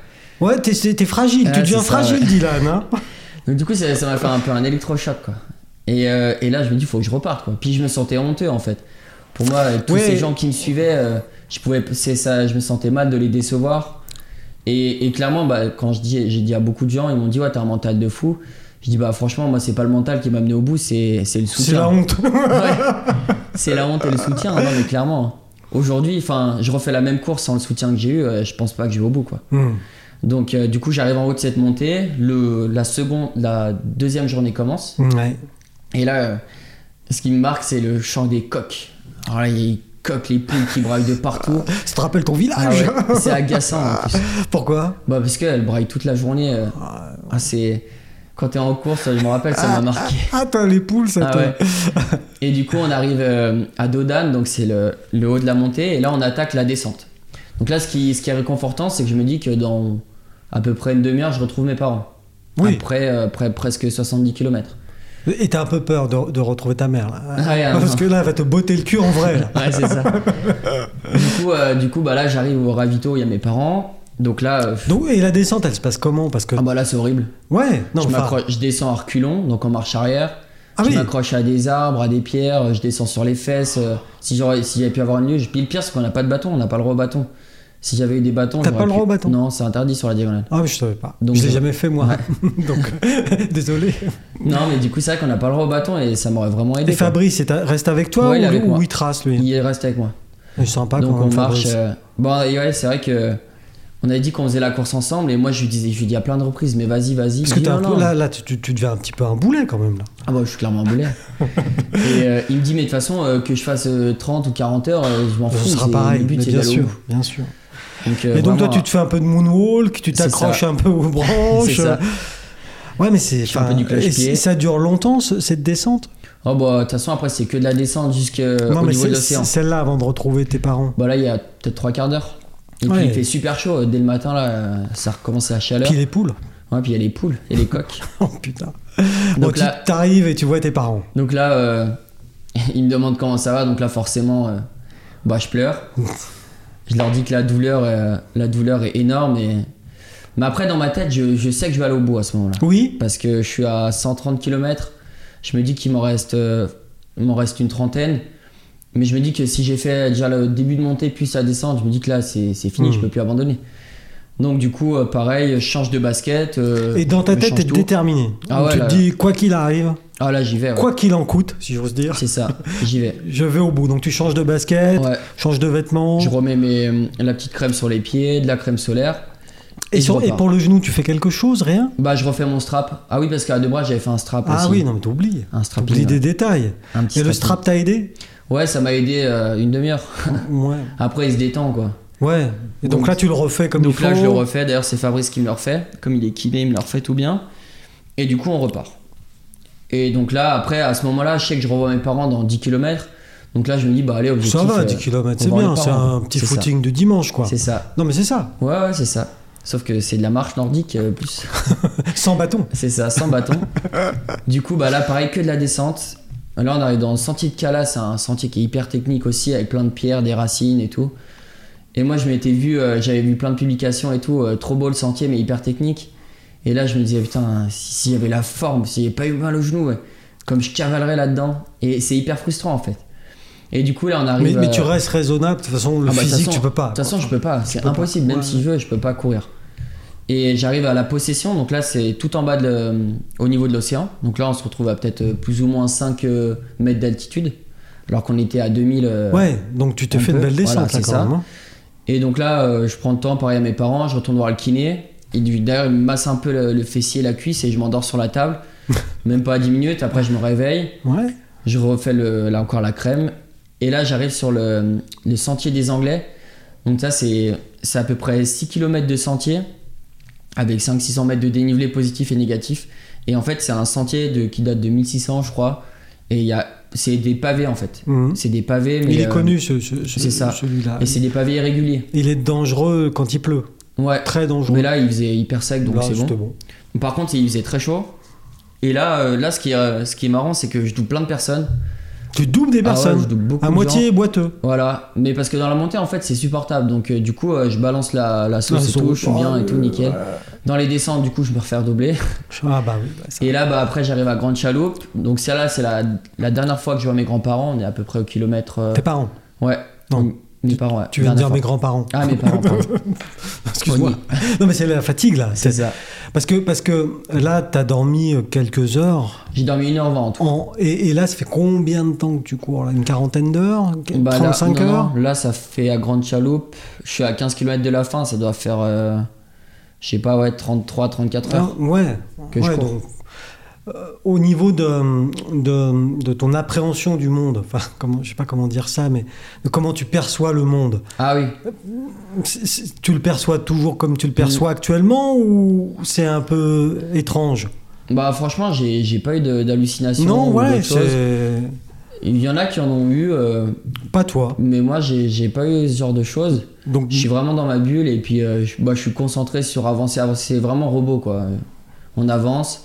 Speaker 1: Ouais, t'es- t'es t'es fragile,
Speaker 2: Ah,
Speaker 1: tu deviens
Speaker 2: c'est ça,
Speaker 1: fragile,
Speaker 2: ouais.
Speaker 1: Dylan.
Speaker 2: [LAUGHS]
Speaker 1: hein.
Speaker 2: Donc du coup, ça ça m'a fait un peu un électrochoc, quoi. Et, euh, et là, je me dis, faut que je reparte, quoi. Puis je me sentais honteux, en fait. Pour moi, euh, tous
Speaker 1: Ouais.
Speaker 2: ces gens qui me suivaient, euh, je pouvais, c'est ça, je me sentais mal de les décevoir. Et, et clairement, bah, quand je dis, j'ai dit à beaucoup de gens, ils m'ont dit, ouais, t'as un mental de fou. Je dis, bah, franchement, moi, c'est pas le mental qui m'a amené au bout, c'est, c'est le
Speaker 1: c'est
Speaker 2: soutien.
Speaker 1: la honte.
Speaker 2: Ah,
Speaker 1: [LAUGHS]
Speaker 2: Ouais. C'est la honte et le soutien. hein. Non, mais clairement. Aujourd'hui, enfin, je refais la même course sans le soutien que j'ai eu, euh, je pense pas que je vais au bout, quoi.
Speaker 1: Hmm.
Speaker 2: Donc euh, du coup j'arrive en haut de cette montée, le, la, seconde, la deuxième journée commence,
Speaker 1: Ouais.
Speaker 2: et là euh, ce qui me marque c'est le chant des coqs. Alors là il y a les coqs, les poules qui braillent de partout,
Speaker 1: Ça te rappelle ton
Speaker 2: Ah
Speaker 1: village hein.
Speaker 2: ouais, c'est agaçant en plus.
Speaker 1: Pourquoi
Speaker 2: Bah parce qu'elles braillent toute la journée, euh, ah, c'est... quand t'es en course je me rappelle ça m'a marqué.
Speaker 1: Ah, t'as les poules, ça
Speaker 2: Ah
Speaker 1: te-
Speaker 2: ouais. Et du coup, on arrive euh, à Dodan, donc c'est le, le haut de la montée, et là on attaque la descente. Donc là, ce qui, ce qui est réconfortant, c'est que je me dis que dans à peu près une demi-heure, je retrouve mes parents.
Speaker 1: Oui.
Speaker 2: Après, euh, après presque 70 km.
Speaker 1: Et t'as un peu peur de, de retrouver ta mère là.
Speaker 2: Ouais, hein.
Speaker 1: Parce que là, elle va te botter le cul en vrai.
Speaker 2: [LAUGHS]
Speaker 1: là.
Speaker 2: Ouais, c'est ça. du coup, euh, du coup bah, là, j'arrive au ravito, il y a mes parents. Donc là, euh, pff,
Speaker 1: Donc, et la descente, elle se passe comment Parce que.
Speaker 2: ah bah là c'est horrible.
Speaker 1: Ouais, non,
Speaker 2: je,
Speaker 1: enfin-
Speaker 2: m'accroche- je descends à reculons, donc en marche arrière.
Speaker 1: Ah
Speaker 2: je
Speaker 1: oui.
Speaker 2: m'accroche à des arbres, à des pierres, euh, je descends sur les fesses. euh, si j'aurais s'il y avait pu avoir une luge, puis le pire c'est qu'on n'a pas de bâton, on n'a pas le droit au bâton. Si j'avais eu des bâtons,
Speaker 1: T'as
Speaker 2: j'aurais
Speaker 1: pas le
Speaker 2: pu-
Speaker 1: droit au bâton
Speaker 2: Non, c'est interdit sur la diagonale.
Speaker 1: Ah, mais je savais pas.
Speaker 2: Donc,
Speaker 1: je l'ai
Speaker 2: euh,
Speaker 1: jamais fait moi. [LAUGHS] Donc, désolé.
Speaker 2: Non, mais du coup c'est vrai qu'on n'a pas le droit au bâton et ça m'aurait vraiment aidé.
Speaker 1: Et
Speaker 2: quoi.
Speaker 1: Fabrice, il est- reste avec toi
Speaker 2: Ouais, il est
Speaker 1: ou,
Speaker 2: avec
Speaker 1: ou
Speaker 2: moi.
Speaker 1: il trace lui
Speaker 2: Il reste avec moi.
Speaker 1: Il est sympa
Speaker 2: Donc
Speaker 1: quand
Speaker 2: on
Speaker 1: même.
Speaker 2: marche.
Speaker 1: Fabrice.
Speaker 2: euh, Bon, et ouais, c'est vrai que on avait dit qu'on faisait la course ensemble et moi je lui disais, je lui dis à plein de reprises, mais vas-y, vas-y.
Speaker 1: Parce
Speaker 2: Il
Speaker 1: que
Speaker 2: dit,
Speaker 1: t'es un
Speaker 2: non,
Speaker 1: peu-
Speaker 2: non.
Speaker 1: là, là tu, tu- tu deviens un petit peu un boulet quand même. Là.
Speaker 2: Ah bah je suis clairement
Speaker 1: [LAUGHS]
Speaker 2: un boulet. et euh, il me dit mais de toute façon euh, que je fasse euh, 30 ou 40 heures, euh, je m'en fous.
Speaker 1: Ce sera
Speaker 2: c'est-
Speaker 1: pareil,
Speaker 2: Le but
Speaker 1: mais
Speaker 2: c'est
Speaker 1: bien
Speaker 2: d'aller au
Speaker 1: sûr,
Speaker 2: bout.
Speaker 1: bien sûr.
Speaker 2: Donc, euh,
Speaker 1: Et donc toi,
Speaker 2: vraiment,
Speaker 1: tu te fais un peu de moonwalk, tu
Speaker 2: C'est
Speaker 1: t'accroches
Speaker 2: ça.
Speaker 1: un peu aux branches.
Speaker 2: [LAUGHS] C'est ça.
Speaker 1: Ouais, mais c'est.
Speaker 2: Je fais un peu du
Speaker 1: et
Speaker 2: cloche-pied.
Speaker 1: c- ça dure longtemps ce- cette descente
Speaker 2: Oh bah de toute façon après c'est que de la descente jusqu'au
Speaker 1: Non, mais
Speaker 2: Euh, niveau de
Speaker 1: c'est
Speaker 2: l'océan.
Speaker 1: c'est celle-là avant de retrouver tes parents.
Speaker 2: Bah là il y a peut-être trois quarts d'heure. Et
Speaker 1: Ouais.
Speaker 2: puis il fait super chaud euh, dès le matin là, euh, ça recommence la chaleur.
Speaker 1: Puis les poules. [LAUGHS]
Speaker 2: Ouais, puis il y a les poules et les coques.
Speaker 1: Oh putain. [LAUGHS] bon,
Speaker 2: Donc
Speaker 1: tu-
Speaker 2: là-
Speaker 1: t'arrives et tu vois tes parents.
Speaker 2: Donc là, euh, [LAUGHS] ils me demandent comment ça va, donc là forcément, euh, bah je pleure. Je leur dis que la douleur, euh, la douleur est énorme, et... mais après dans ma tête, je, je sais que je vais aller au bout à ce moment-là,
Speaker 1: Oui
Speaker 2: parce que je suis à 130 km, je me dis qu'il m'en reste, euh, il m'en reste une trentaine, mais je me dis que si j'ai fait déjà le début de montée puis sa descente, je me dis que là c'est c'est fini,
Speaker 1: Mm.
Speaker 2: je peux plus abandonner. Donc du coup, euh, pareil, je change de basket. euh,
Speaker 1: Et dans ta
Speaker 2: je
Speaker 1: tête,
Speaker 2: change
Speaker 1: t'es
Speaker 2: tout.
Speaker 1: déterminé.
Speaker 2: Ah ouais,
Speaker 1: tu
Speaker 2: là.
Speaker 1: te dis, quoi qu'il arrive,
Speaker 2: Ah là, j'y vais. ouais.
Speaker 1: quoi qu'il en coûte, si j'ose dire,
Speaker 2: C'est ça,
Speaker 1: [LAUGHS]
Speaker 2: j'y vais.
Speaker 1: je vais au bout. Donc tu changes de basket,
Speaker 2: Ouais.
Speaker 1: changes de vêtements.
Speaker 2: Je remets mes- la petite crème sur les pieds, de la crème solaire.
Speaker 1: Et,
Speaker 2: et
Speaker 1: sur-
Speaker 2: je
Speaker 1: et
Speaker 2: repars.
Speaker 1: pour le genou, tu fais quelque chose Rien
Speaker 2: Bah, je refais mon strap. Ah oui, parce qu'à deux bras, j'avais fait un strap aussi.
Speaker 1: Ah oui, non, mais t'oublies.
Speaker 2: Un
Speaker 1: T'oublies
Speaker 2: strapping.
Speaker 1: des
Speaker 2: ouais.
Speaker 1: détails.
Speaker 2: Un petit
Speaker 1: Et le
Speaker 2: strapping.
Speaker 1: strap t'a aidé
Speaker 2: Ouais, ça m'a aidé euh, une demi-heure. [LAUGHS]
Speaker 1: Ouais.
Speaker 2: Après, il se détend, quoi.
Speaker 1: Ouais. Et donc,
Speaker 2: Donc-
Speaker 1: là, tu le refais comme il
Speaker 2: Donc
Speaker 1: faut.
Speaker 2: là, je le refais. D'ailleurs, c'est Fabrice qui me le refait. Comme il est kiné, il me le refait tout bien. Et du coup, on repart. Et donc là, après, à ce moment-là, je sais que je revois mes parents dans 10 km. Donc là, je me dis, bah allez, objectif.
Speaker 1: Ça va,
Speaker 2: euh,
Speaker 1: 10 km,
Speaker 2: on
Speaker 1: c'est
Speaker 2: va voir
Speaker 1: bien.
Speaker 2: les
Speaker 1: C'est
Speaker 2: parents.
Speaker 1: un petit
Speaker 2: C'est ça.
Speaker 1: footing de dimanche, quoi.
Speaker 2: C'est ça.
Speaker 1: Non, mais c'est ça.
Speaker 2: Ouais, ouais, c'est ça. Sauf que c'est de la marche nordique euh, plus.
Speaker 1: Sans bâton.
Speaker 2: C'est ça, sans bâton. du coup, bah là, pareil, que de la descente. Là, on arrive dans le sentier de Cala, c'est un sentier qui est hyper technique aussi, avec plein de pierres, des racines et tout. Et moi, je m'étais vu, euh, j'avais vu plein de publications et tout, euh, trop beau le sentier, mais hyper technique. Et là, je me disais, putain, si- s'il y avait la forme, s'il n'y avait pas eu mal au genou, ouais, comme je cavalerais là-dedans. Et c'est hyper frustrant, en fait. Et du coup, là, on
Speaker 1: Mais,
Speaker 2: arrive.
Speaker 1: mais tu
Speaker 2: euh,
Speaker 1: restes raisonnable. De toute façon, le
Speaker 2: ah bah, de toute
Speaker 1: physique,
Speaker 2: façon-
Speaker 1: tu peux pas.
Speaker 2: De toute façon,
Speaker 1: quoi.
Speaker 2: je peux pas. C'est
Speaker 1: peux
Speaker 2: impossible.
Speaker 1: pas.
Speaker 2: Même
Speaker 1: Ouais.
Speaker 2: si je veux, je peux pas courir. Et j'arrive à la possession. Donc là, c'est tout en bas de, le- au niveau de l'océan. Donc là, on se retrouve à peut-être euh, plus ou moins 5 mètres euh, d'altitude. alors qu'on était à 2000. euh,
Speaker 1: ouais, donc tu t'es
Speaker 2: un
Speaker 1: fait une
Speaker 2: peu.
Speaker 1: belle
Speaker 2: Voilà,
Speaker 1: descente là,
Speaker 2: c'est
Speaker 1: quand
Speaker 2: ça.
Speaker 1: même. hein.
Speaker 2: Et donc là, euh, je prends le temps, pareil à mes parents, je retourne voir le kiné. Et du- D'ailleurs, il me masse un peu le, le fessier, la cuisse et je m'endors sur
Speaker 1: [LAUGHS]
Speaker 2: la table. Même pas 10 minutes, après je me réveille,
Speaker 1: Ouais.
Speaker 2: je refais le- là encore la crème. Et là, j'arrive sur le, le sentier des Anglais. Donc ça, c'est c'est à peu près 6 km de sentier avec 500-600 mètres de dénivelé positif et négatif. Et en fait, c'est un sentier de, qui date de 1600, je crois. Et il y a- c'est des pavés en fait.
Speaker 1: Mhm.
Speaker 2: C'est des pavés, mais.
Speaker 1: Il est
Speaker 2: euh,
Speaker 1: connu ce, ce- ce-
Speaker 2: c'est ça.
Speaker 1: celui-là.
Speaker 2: Et c'est des pavés irréguliers.
Speaker 1: Il est dangereux quand il pleut,
Speaker 2: Ouais.
Speaker 1: très dangereux.
Speaker 2: Mais là, il faisait hyper sec, donc
Speaker 1: Là,
Speaker 2: c'est
Speaker 1: c'était
Speaker 2: bon. Par contre, il faisait très chaud. Et là, euh, là ce, qui est, euh, ce qui est marrant, c'est que je double plein de personnes.
Speaker 1: Tu doubles des
Speaker 2: Ah ouais,
Speaker 1: personnes,
Speaker 2: je double beaucoup
Speaker 1: à
Speaker 2: de
Speaker 1: moitié
Speaker 2: gens.
Speaker 1: boiteux.
Speaker 2: Voilà. Mais parce que dans la montée, en fait, c'est supportable. Donc, euh, du coup, euh, je balance la, la sauce
Speaker 1: La
Speaker 2: et tout,
Speaker 1: sauce,
Speaker 2: je suis bien
Speaker 1: ah,
Speaker 2: et tout, nickel. Dans les descentes, du coup, je me refais doubler.
Speaker 1: Ah bah oui. bah, ça-
Speaker 2: Et là, bah, après, j'arrive à Grande Chaloupe. Donc, celle-là, c'est la, la dernière fois que je vois mes grands-parents. On est à peu près au kilomètre. euh,
Speaker 1: Tes parents.
Speaker 2: Ouais.
Speaker 1: Non,
Speaker 2: M- Mes parents, ouais.
Speaker 1: Tu viens de dire
Speaker 2: Dernière
Speaker 1: mes
Speaker 2: fois.
Speaker 1: grands-parents.
Speaker 2: Ah, mes
Speaker 1: [LAUGHS]
Speaker 2: parents, pardon.
Speaker 1: Excuse-moi. [LAUGHS] Non mais c'est la fatigue là.
Speaker 2: C'est ça.
Speaker 1: Parce que parce que là t'as dormi euh, quelques heures.
Speaker 2: J'ai dormi 1h20 en tout.
Speaker 1: En- Et, et là ça fait combien de temps que tu cours là Une quarantaine d'heures
Speaker 2: Bah, là-
Speaker 1: 35
Speaker 2: non, non,
Speaker 1: heures
Speaker 2: Là, ça fait à Grande Chaloupe. Je suis à 15 km de la fin, ça doit faire, euh, je sais pas, ouais, 33, 34 heures.
Speaker 1: Ah, ouais.
Speaker 2: que je
Speaker 1: Ouais,
Speaker 2: cours.
Speaker 1: donc, euh, au niveau de, de, de ton appréhension du monde, enfin, [LAUGHS] comment, je sais pas comment dire ça, mais de comment tu perçois le monde,
Speaker 2: Ah oui.
Speaker 1: C'est- c'est- tu le perçois toujours comme tu le
Speaker 2: Mm.
Speaker 1: perçois actuellement ou c'est un peu étrange
Speaker 2: Bah, franchement, j'ai j'ai pas eu de- d'hallucinations.
Speaker 1: Non,
Speaker 2: ou
Speaker 1: ouais,
Speaker 2: d'autres choses.
Speaker 1: c'est
Speaker 2: Il y en a qui en ont eu, euh,
Speaker 1: pas toi.
Speaker 2: mais moi, j'ai j'ai pas eu ce genre de choses.
Speaker 1: Donc,
Speaker 2: Je suis vraiment dans ma bulle et puis euh, je, bah, je suis concentré sur avancer, avancer. C'est vraiment robot, quoi. On avance.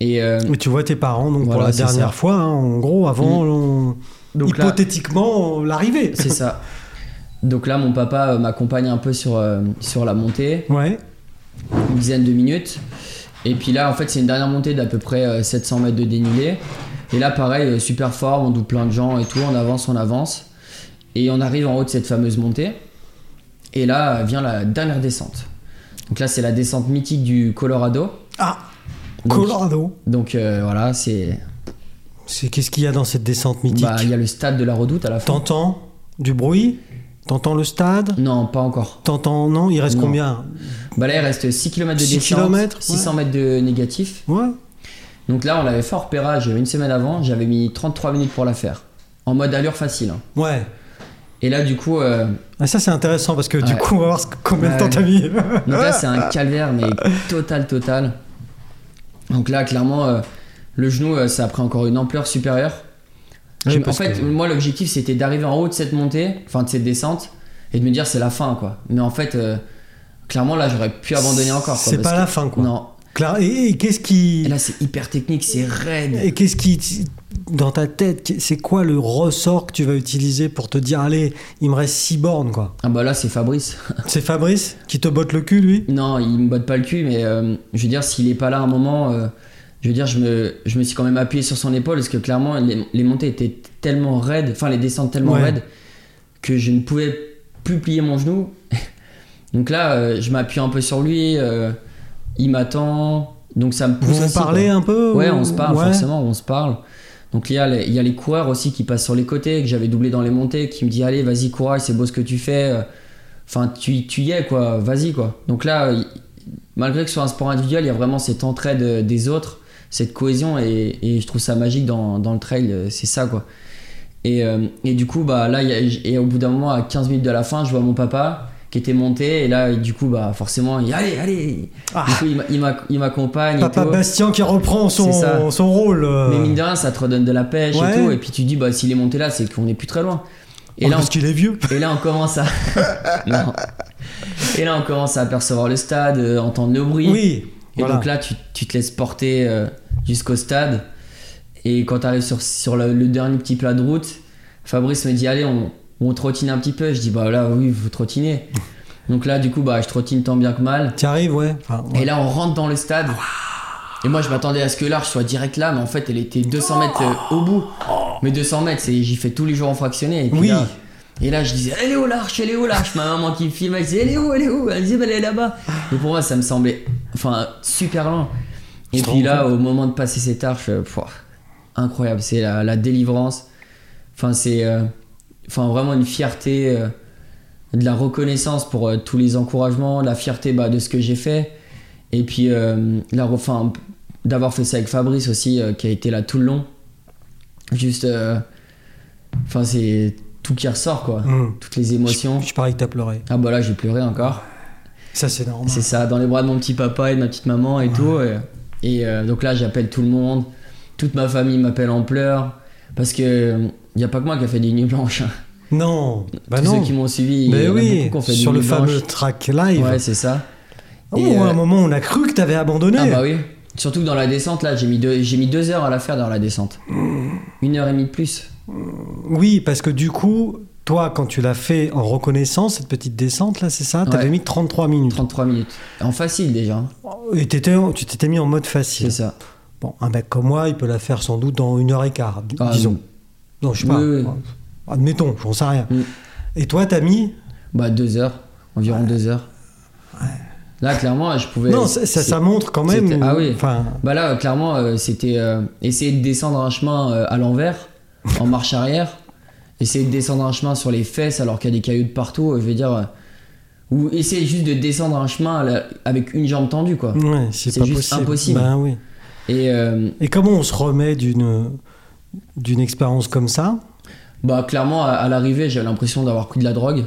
Speaker 2: Et euh,
Speaker 1: mais tu vois tes parents, donc pour
Speaker 2: Voilà,
Speaker 1: la
Speaker 2: c'est
Speaker 1: dernière
Speaker 2: ça.
Speaker 1: fois, hein, en gros, avant on-
Speaker 2: donc là-
Speaker 1: hypothétiquement l'arrivée.
Speaker 2: c'est ça. Donc là, mon papa euh, m'accompagne un peu sur, euh, sur la montée.
Speaker 1: Ouais,
Speaker 2: une dizaine de minutes. Et puis là, en fait, c'est une dernière montée d'à peu près euh, 700 mètres de dénivelé. Et là, pareil, euh, super fort, on double plein de gens et tout, on avance, on avance. Et on arrive en haut de cette fameuse montée. Et là euh, vient la dernière descente. Donc là, c'est la descente mythique du Colorado.
Speaker 1: ah,
Speaker 2: Donc-
Speaker 1: Colorado.
Speaker 2: Donc euh, voilà, c'est.
Speaker 1: C'est qu'est-ce qu'il y a dans cette descente mythique
Speaker 2: bah, Il y a le stade de la redoute à la fin.
Speaker 1: T'entends du bruit T'entends le stade
Speaker 2: Non, pas encore.
Speaker 1: T'entends non Il reste
Speaker 2: Mm. Non.
Speaker 1: combien
Speaker 2: Bah là, il reste 6 km de
Speaker 1: Six
Speaker 2: descente,
Speaker 1: kilomètres, ouais.
Speaker 2: 600 mètres de négatif.
Speaker 1: Ouais.
Speaker 2: Donc là, on l'avait fort repérage une semaine avant, j'avais mis 33 minutes pour la faire. En mode allure facile. hein.
Speaker 1: Ouais.
Speaker 2: Et là, du coup, euh,
Speaker 1: Ah, ça c'est intéressant parce que du
Speaker 2: Ouais.
Speaker 1: coup on va voir ce- combien de
Speaker 2: Ouais.
Speaker 1: temps t'as mis.
Speaker 2: donc là, c'est
Speaker 1: Ah.
Speaker 2: un calvaire, mais total, total. Donc là, clairement, euh, le genou, euh, ça a pris encore une ampleur supérieure.
Speaker 1: Oui,
Speaker 2: Je- en
Speaker 1: parce
Speaker 2: fait,
Speaker 1: que-
Speaker 2: moi, l'objectif, c'était d'arriver en haut de cette montée, enfin de cette descente, et de me dire c'est la fin, quoi. Mais en fait, euh, clairement, là, j'aurais pu abandonner encore. quoi,
Speaker 1: C'est
Speaker 2: parce
Speaker 1: pas
Speaker 2: que-
Speaker 1: la fin quoi.
Speaker 2: Non.
Speaker 1: Claire, et, et qu'est-ce qui
Speaker 2: Et là, c'est hyper technique, c'est raide.
Speaker 1: et qu'est-ce qui dans ta tête qu'est- c'est quoi le ressort que tu vas utiliser pour te dire allez il me reste six bornes quoi.
Speaker 2: Ah bah là, c'est Fabrice.
Speaker 1: C'est Fabrice qui te botte le cul lui.
Speaker 2: Non, il me botte pas le cul, mais euh, je veux dire, s'il est pas là à un moment, euh, je veux dire, je me, je me suis quand même appuyé sur son épaule parce que clairement, les, les montées étaient tellement raides, enfin les descentes tellement
Speaker 1: Ouais.
Speaker 2: raides que je ne pouvais plus plier mon genou. [LAUGHS] Donc là, euh, je m'appuie un peu sur lui, euh, il m'attend, donc ça me pousse.
Speaker 1: Vous vous
Speaker 2: aussi,
Speaker 1: parlez
Speaker 2: quoi.
Speaker 1: un peu
Speaker 2: Ouais,
Speaker 1: ou-
Speaker 2: on se parle,
Speaker 1: Oh, ouais.
Speaker 2: forcément, on se parle. Donc il y, a les, il y a les coureurs aussi qui passent sur les côtés, que j'avais doublé dans les montées, qui me dit allez vas-y courage, c'est beau ce que tu fais. Enfin tu, tu y es quoi, vas-y quoi. Donc là, il- malgré que ce soit un sport individuel, il y a vraiment cette entraide euh, des autres, cette cohésion et, et je trouve ça magique dans, dans le trail, euh, c'est ça quoi. Et, euh, et du coup, bah, là, il y a- et au bout d'un moment, à 15 minutes de la fin, je vois mon papa qui était monté et là, et du coup, bah, forcément, il dit allez, allez.
Speaker 1: Ah.
Speaker 2: Du coup, il m'a- il m'a- il m'accompagne. et
Speaker 1: Papa
Speaker 2: tout.
Speaker 1: Bastien qui reprend
Speaker 2: C'est
Speaker 1: son,
Speaker 2: ça.
Speaker 1: son rôle. euh,
Speaker 2: Mais mine de rien, ça te redonne de la pêche
Speaker 1: Ouais.
Speaker 2: et tout. Et puis tu dis, bah, s'il est monté là, c'est qu'on est plus très loin. Et, là,
Speaker 1: Oh, parce qu'il est vieux.
Speaker 2: on, et là, on commence à. [LAUGHS] Non. Et là, on commence à apercevoir le stade, euh, entendre le bruit.
Speaker 1: Oui.
Speaker 2: et
Speaker 1: voilà.
Speaker 2: donc là, tu, tu te laisses porter euh, jusqu'au stade. Et quand tu arrives sur, sur le, le dernier petit plat de route, Fabrice me dit, allez, on, on trottine un petit peu. Je dis, bah là, oui, vous trottinez. Donc là, du coup, bah, je trottine tant bien que mal.
Speaker 1: Tu arrives ouais. Enfin, ouais.
Speaker 2: Et là, on rentre dans le stade. Et moi, je m'attendais à ce que l'arche soit direct là, mais en fait, elle était 200 mètres euh, au bout. Mais 200 mètres, c'est j'y fais tous les jours en fractionné. Et puis
Speaker 1: Oui.
Speaker 2: Là, et là, je disais, elle est où l'arche, elle est où l'arche Ma maman qui me filmait, elle disait, elle est où, elle est où Elle disait, bah, elle est là-bas. Mais pour moi, ça me semblait enfin super lent. Et
Speaker 1: te
Speaker 2: puis
Speaker 1: rends
Speaker 2: là, au moment de passer cette arche, euh, pouah, incroyable, c'est la, la délivrance. Enfin, c'est euh, enfin, vraiment une fierté, euh, de la reconnaissance pour euh, tous les encouragements, la fierté bah, de ce que j'ai fait. Et puis, euh, la, re- enfin, d'avoir fait ça avec Fabrice aussi, euh, qui a été là tout le long. Juste. euh, Enfin, c'est tout qui ressort, quoi.
Speaker 1: Hum.
Speaker 2: Toutes les émotions.
Speaker 1: Je, je parie que t'as pleuré.
Speaker 2: Ah, bah là, j'ai pleuré encore.
Speaker 1: Ça, c'est normal.
Speaker 2: C'est ça, dans les bras de mon petit papa et de ma petite maman et tout. Et, et, euh, donc là, j'appelle tout le monde. Toute ma famille m'appelle en pleurs. Parce que il n'y a pas que moi qui a fait des nuits blanches. hein.
Speaker 1: Non, bah
Speaker 2: Tous
Speaker 1: non.
Speaker 2: ceux qui m'ont suivi, il
Speaker 1: Mais
Speaker 2: y en a
Speaker 1: oui,
Speaker 2: beaucoup qui ont fait des
Speaker 1: sur le
Speaker 2: nuits
Speaker 1: fameux
Speaker 2: blanches.
Speaker 1: track live.
Speaker 2: Ouais, c'est ça.
Speaker 1: Oh,
Speaker 2: et,
Speaker 1: à un
Speaker 2: euh,
Speaker 1: moment, on a cru que t'avais abandonné.
Speaker 2: Ah bah oui. Surtout que dans la descente, là, j'ai mis, deux- j'ai mis deux heures à la faire dans la descente.
Speaker 1: Hmm.
Speaker 2: Une heure et demie de plus.
Speaker 1: Oui, parce que du coup, toi, quand tu l'as fait en reconnaissance, cette petite descente, là, c'est ça T'avais
Speaker 2: Ouais.
Speaker 1: mis 33 minutes.
Speaker 2: 33 minutes. En facile déjà. hein.
Speaker 1: Et t'étais- tu t'étais mis en mode facile.
Speaker 2: C'est ça.
Speaker 1: Bon, un mec comme moi, il peut la faire sans doute dans une heure et quart, di-
Speaker 2: Ah,
Speaker 1: disons. Non, je sais pas. Bah,
Speaker 2: Oui, oui.
Speaker 1: Admettons, j'en sais rien.
Speaker 2: Mm.
Speaker 1: Et toi, t'as mis
Speaker 2: Bah, deux heures. Environ deux heures. Là, clairement, je pouvais.
Speaker 1: Non, ça, ça-
Speaker 2: c'est-
Speaker 1: ça montre quand même.
Speaker 2: c'était- ah oui.
Speaker 1: Enfin,
Speaker 2: Bah là, euh, clairement, euh, c'était euh, essayer de descendre un chemin euh, à l'envers, en marche arrière, essayer de descendre un chemin sur les fesses alors qu'il y a des cailloux de partout, euh, je veux dire, euh, ou essayer juste de descendre un chemin à la- avec une jambe tendue, quoi.
Speaker 1: ouais, c'est
Speaker 2: C'est
Speaker 1: pas
Speaker 2: juste
Speaker 1: possible.
Speaker 2: impossible.
Speaker 1: Ben oui.
Speaker 2: Et euh,
Speaker 1: Et comment on se remet d'une d'une expérience comme ça
Speaker 2: bah clairement, à, à l'arrivée, j'avais l'impression d'avoir pris de la drogue.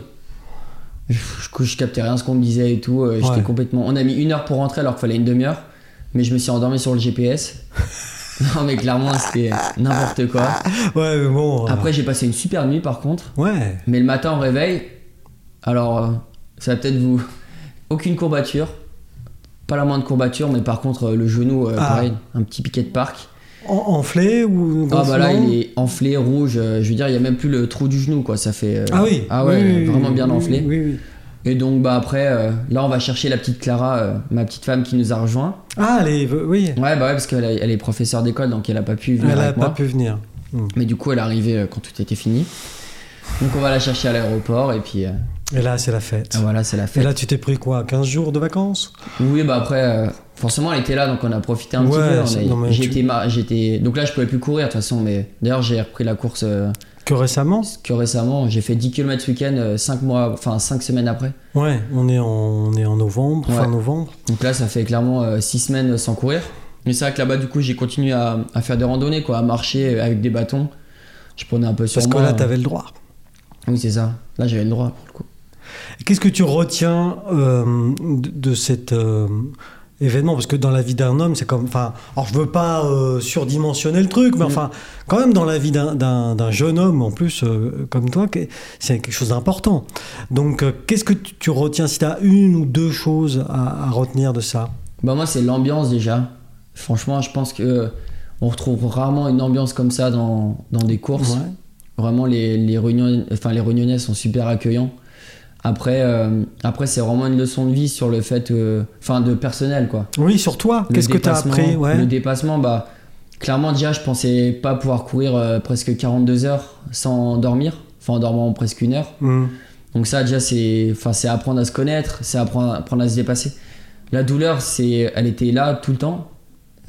Speaker 2: Je, je, je captais rien ce qu'on me disait et tout. euh, J'étais
Speaker 1: Ouais.
Speaker 2: complètement. On a mis une heure pour rentrer alors qu'il fallait une demi-heure, mais je me suis endormi sur
Speaker 1: [LAUGHS]
Speaker 2: le GPS. non, mais clairement, c'était n'importe quoi.
Speaker 1: Ouais, mais bon. euh,
Speaker 2: Après, j'ai passé une super nuit par contre.
Speaker 1: Ouais.
Speaker 2: Mais le matin, on réveille. Alors, euh, ça va peut-être vous. Aucune courbature. Pas la moindre courbature, mais par contre, euh, le genou, euh,
Speaker 1: Ah.
Speaker 2: pareil, un petit piquet de parc.
Speaker 1: En- enflé ou
Speaker 2: Ah, bah là,
Speaker 1: gonflement
Speaker 2: il est enflé, rouge. euh, je veux dire, il n'y a même plus le trou du genou, quoi. Ça fait. euh,
Speaker 1: Ah oui.
Speaker 2: Ah ouais,
Speaker 1: Oui, oui, oui,
Speaker 2: vraiment bien
Speaker 1: oui,
Speaker 2: enflé.
Speaker 1: oui, oui.
Speaker 2: Et donc, bah après, euh, là, on va chercher la petite Clara, euh, ma petite femme qui nous a rejoint.
Speaker 1: Ah, les, oui.
Speaker 2: Ouais, bah ouais, parce qu'elle a- elle est professeure d'école, donc elle a pas pu venir.
Speaker 1: Elle n'a
Speaker 2: avec
Speaker 1: pas
Speaker 2: moi.
Speaker 1: pu venir.
Speaker 2: Mais du coup, elle est arrivée euh, quand tout était fini. Donc, on va la chercher à l'aéroport, et puis euh, ah,
Speaker 1: Et là, c'est la fête.
Speaker 2: voilà, c'est la
Speaker 1: Et
Speaker 2: fête.
Speaker 1: là, tu t'es pris quoi 15 jours de vacances
Speaker 2: Oui, bah après, euh, forcément, elle était là, donc on a profité un
Speaker 1: Ouais,
Speaker 2: petit
Speaker 1: ça-
Speaker 2: peu.
Speaker 1: non,
Speaker 2: on a-
Speaker 1: mais
Speaker 2: J'étais, mar- j'étais, donc là, je pouvais plus courir de toute façon, mais d'ailleurs, j'ai repris la course euh,
Speaker 1: Que récemment
Speaker 2: que récemment. J'ai fait 10 km ce week-end, 5 mois, enfin 5 semaines après.
Speaker 1: Ouais, on est en, on est en novembre, fin
Speaker 2: Ouais.
Speaker 1: novembre.
Speaker 2: Donc là, ça fait clairement 6 semaines sans courir. Mais c'est vrai que là-bas, du coup, j'ai continué à, à faire des randonnées, quoi, à marcher euh, avec des bâtons. Je prenais un peu sur
Speaker 1: Parce que
Speaker 2: moi. hein.
Speaker 1: là, t'avais le droit.
Speaker 2: Oui, c'est ça. Là, j'avais le droit pour le coup.
Speaker 1: Qu'est-ce que tu retiens euh, de, de cet euh, événement Parce que dans la vie d'un homme, c'est comme. Enfin, alors je veux pas euh, surdimensionner le truc, mais
Speaker 2: Mm.
Speaker 1: enfin, quand même, dans la vie d'un- d'un d'un jeune homme, en plus, euh, comme toi, que- c'est quelque chose d'important. Donc, euh, qu'est-ce que tu, tu retiens Si tu as une ou deux choses à, à retenir de ça
Speaker 2: Bah moi c'est l'ambiance déjà. Franchement je pense que euh, on retrouve rarement une ambiance comme ça dans, dans des courses.
Speaker 1: Ouais.
Speaker 2: Vraiment les, les, Réunion- enfin, les réunionnais sont super accueillants. Après, euh, après c'est vraiment une leçon de vie sur le fait euh, enfin de personnel quoi.
Speaker 1: Oui, sur toi,
Speaker 2: Le
Speaker 1: qu'est-ce que tu as
Speaker 2: dépassement-
Speaker 1: appris ouais.
Speaker 2: Le dépassement bah clairement déjà je pensais pas pouvoir courir euh, presque 42 heures sans dormir, enfin en dormant presque une heure.
Speaker 1: Mm.
Speaker 2: Donc ça déjà c'est enfin c'est apprendre à se connaître, c'est apprendre, apprendre à se dépasser. La douleur c'est elle était là tout le temps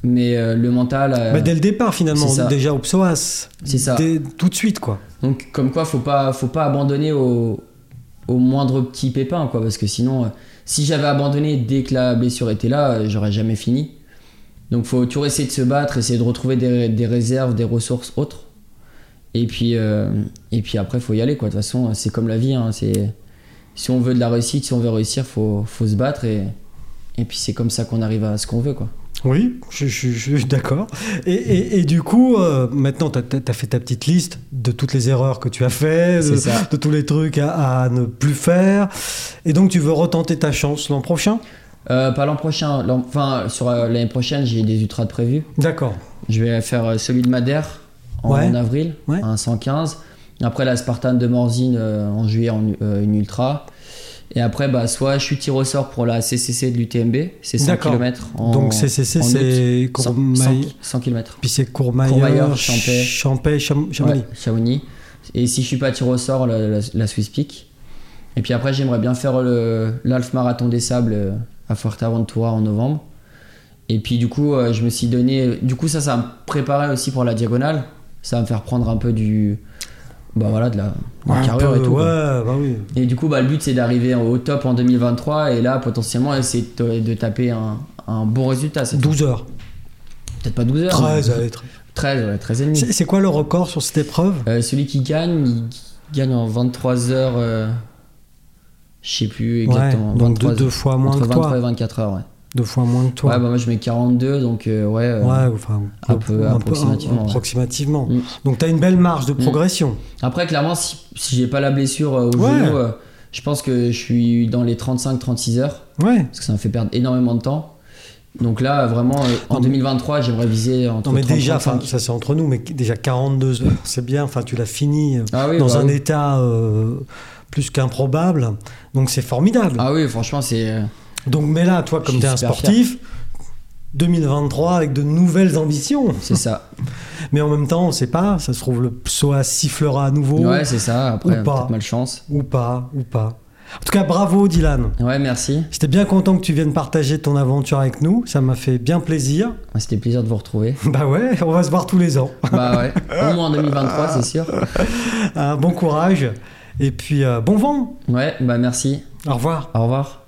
Speaker 2: mais euh, le mental euh,
Speaker 1: Bah, dès le départ, finalement,
Speaker 2: c'est ça.
Speaker 1: déjà au psoas.
Speaker 2: c'est ça.
Speaker 1: Dès- tout de suite, quoi.
Speaker 2: Donc comme quoi faut pas faut pas abandonner au, au moindre petit pépin quoi parce que sinon euh, si j'avais abandonné dès que la blessure était là, euh, j'aurais jamais fini. Donc faut toujours essayer de se battre, essayer de retrouver des, des réserves, des ressources autres. Et puis euh, et puis après faut y aller quoi. De toute façon c'est comme la vie, hein, c'est si on veut de la réussite, si on veut réussir, faut faut se battre et et puis c'est comme ça qu'on arrive à ce qu'on veut quoi.
Speaker 1: Oui, je, je- je suis d'accord. Et, et- et du coup, euh, maintenant, tu as, fait ta petite liste de toutes les erreurs que tu as faites,
Speaker 2: C'est ça.
Speaker 1: de, de tous les trucs à, à ne plus faire. Et donc, tu veux retenter ta chance l'an prochain
Speaker 2: Euh, pas l'an prochain, l'an- enfin sur euh, l'année prochaine j'ai des ultras de prévus.
Speaker 1: D'accord.
Speaker 2: Je vais faire euh, celui de Madère en,
Speaker 1: Ouais.
Speaker 2: en avril,
Speaker 1: Ouais.
Speaker 2: un 115. Après la Spartan de Morzine euh, en juillet, en, u- euh, une ultra. Et après, bah, soit je suis tiré au sort pour la CCC de l'UTMB, c'est 100
Speaker 1: D'accord.
Speaker 2: km. En,
Speaker 1: donc, CCC,
Speaker 2: en août.
Speaker 1: c'est
Speaker 2: 100,
Speaker 1: Courmaille.
Speaker 2: 100 km.
Speaker 1: Puis c'est Courmayeur,
Speaker 2: Courmayeur, Champey.
Speaker 1: Champay, Cham- Chamonix.
Speaker 2: Chamonix. Et si je suis pas tiré au sort, la, la- la Swiss Peak. Et puis après, j'aimerais bien faire le- l'Alf Marathon des Sables euh, à Fuerteventura en novembre. Et puis du coup, euh, je me suis donné. Du coup, ça, ça va me préparer aussi pour la diagonale. Ça va me faire prendre un peu du, bah voilà, de la, de la
Speaker 1: Un
Speaker 2: carrure
Speaker 1: peu,
Speaker 2: et tout.
Speaker 1: Ouais,
Speaker 2: quoi.
Speaker 1: bah oui.
Speaker 2: Et du coup, bah, le but c'est d'arriver au top en 2023 et là, potentiellement, essayer de, t- de taper un, un bon résultat. cette fois.
Speaker 1: 12 heures.
Speaker 2: Peut-être pas 12 heures.
Speaker 1: 13,
Speaker 2: mais-
Speaker 1: allez, 13.
Speaker 2: 13, ouais, 13 et demi.
Speaker 1: C'est c'est quoi le record sur cette épreuve
Speaker 2: Euh, celui qui gagne, il gagne en 23 heures. euh, je sais plus exactement.
Speaker 1: Ouais, donc deux,
Speaker 2: 23
Speaker 1: deux fois moins
Speaker 2: entre
Speaker 1: que
Speaker 2: 23
Speaker 1: toi.
Speaker 2: et 24 heures, ouais.
Speaker 1: Deux fois moins que toi.
Speaker 2: Ouais, bah, moi je mets 42, donc euh, ouais. euh,
Speaker 1: Ouais, enfin,
Speaker 2: un peu approximativement, ouais.
Speaker 1: approximativement.
Speaker 2: Mm.
Speaker 1: Donc, tu as une belle marge de progression.
Speaker 2: Après, clairement, si, si j'ai pas la blessure euh, au
Speaker 1: Ouais.
Speaker 2: genou, euh, je pense que je suis dans les 35-36 heures,
Speaker 1: Ouais.
Speaker 2: parce que ça me fait perdre énormément de temps. Donc là, vraiment, euh, en
Speaker 1: Non, mais-
Speaker 2: 2023, j'aimerais viser entre
Speaker 1: Non, mais
Speaker 2: 30,
Speaker 1: déjà,
Speaker 2: 35.
Speaker 1: enfin, ça c'est entre nous, mais déjà 42 heures, c'est bien. Enfin, tu l'as fini euh,
Speaker 2: Ah oui,
Speaker 1: dans
Speaker 2: bah
Speaker 1: un
Speaker 2: oui.
Speaker 1: état euh, plus qu'improbable. Donc, c'est formidable.
Speaker 2: Ah oui, franchement, c'est. euh,
Speaker 1: Donc, mais là, toi,
Speaker 2: Je
Speaker 1: comme
Speaker 2: suis
Speaker 1: tu es un
Speaker 2: super
Speaker 1: sportif, 2023 avec de nouvelles ambitions. [LAUGHS]
Speaker 2: C'est ça.
Speaker 1: Mais en même temps, on sait pas, ça se trouve, le psoas sifflera à nouveau.
Speaker 2: Ouais, c'est ça. Après,
Speaker 1: Oh. Ou pas.
Speaker 2: peut-être malchance.
Speaker 1: Ou pas, ou pas. En tout cas, bravo, Dylan.
Speaker 2: Ouais, merci.
Speaker 1: J'étais bien content que tu viennes partager ton aventure avec nous. Ça m'a fait bien plaisir. [LAUGHS]
Speaker 2: Ouais, C'était plaisir de vous retrouver.
Speaker 1: Bah ouais, on va se voir tous les ans. [LAUGHS]
Speaker 2: Bah ouais, au moins en 2023, c'est sûr.
Speaker 1: Euh, bon courage et puis euh, bon vent.
Speaker 2: Ouais, bah merci.
Speaker 1: Au revoir.
Speaker 2: Au revoir.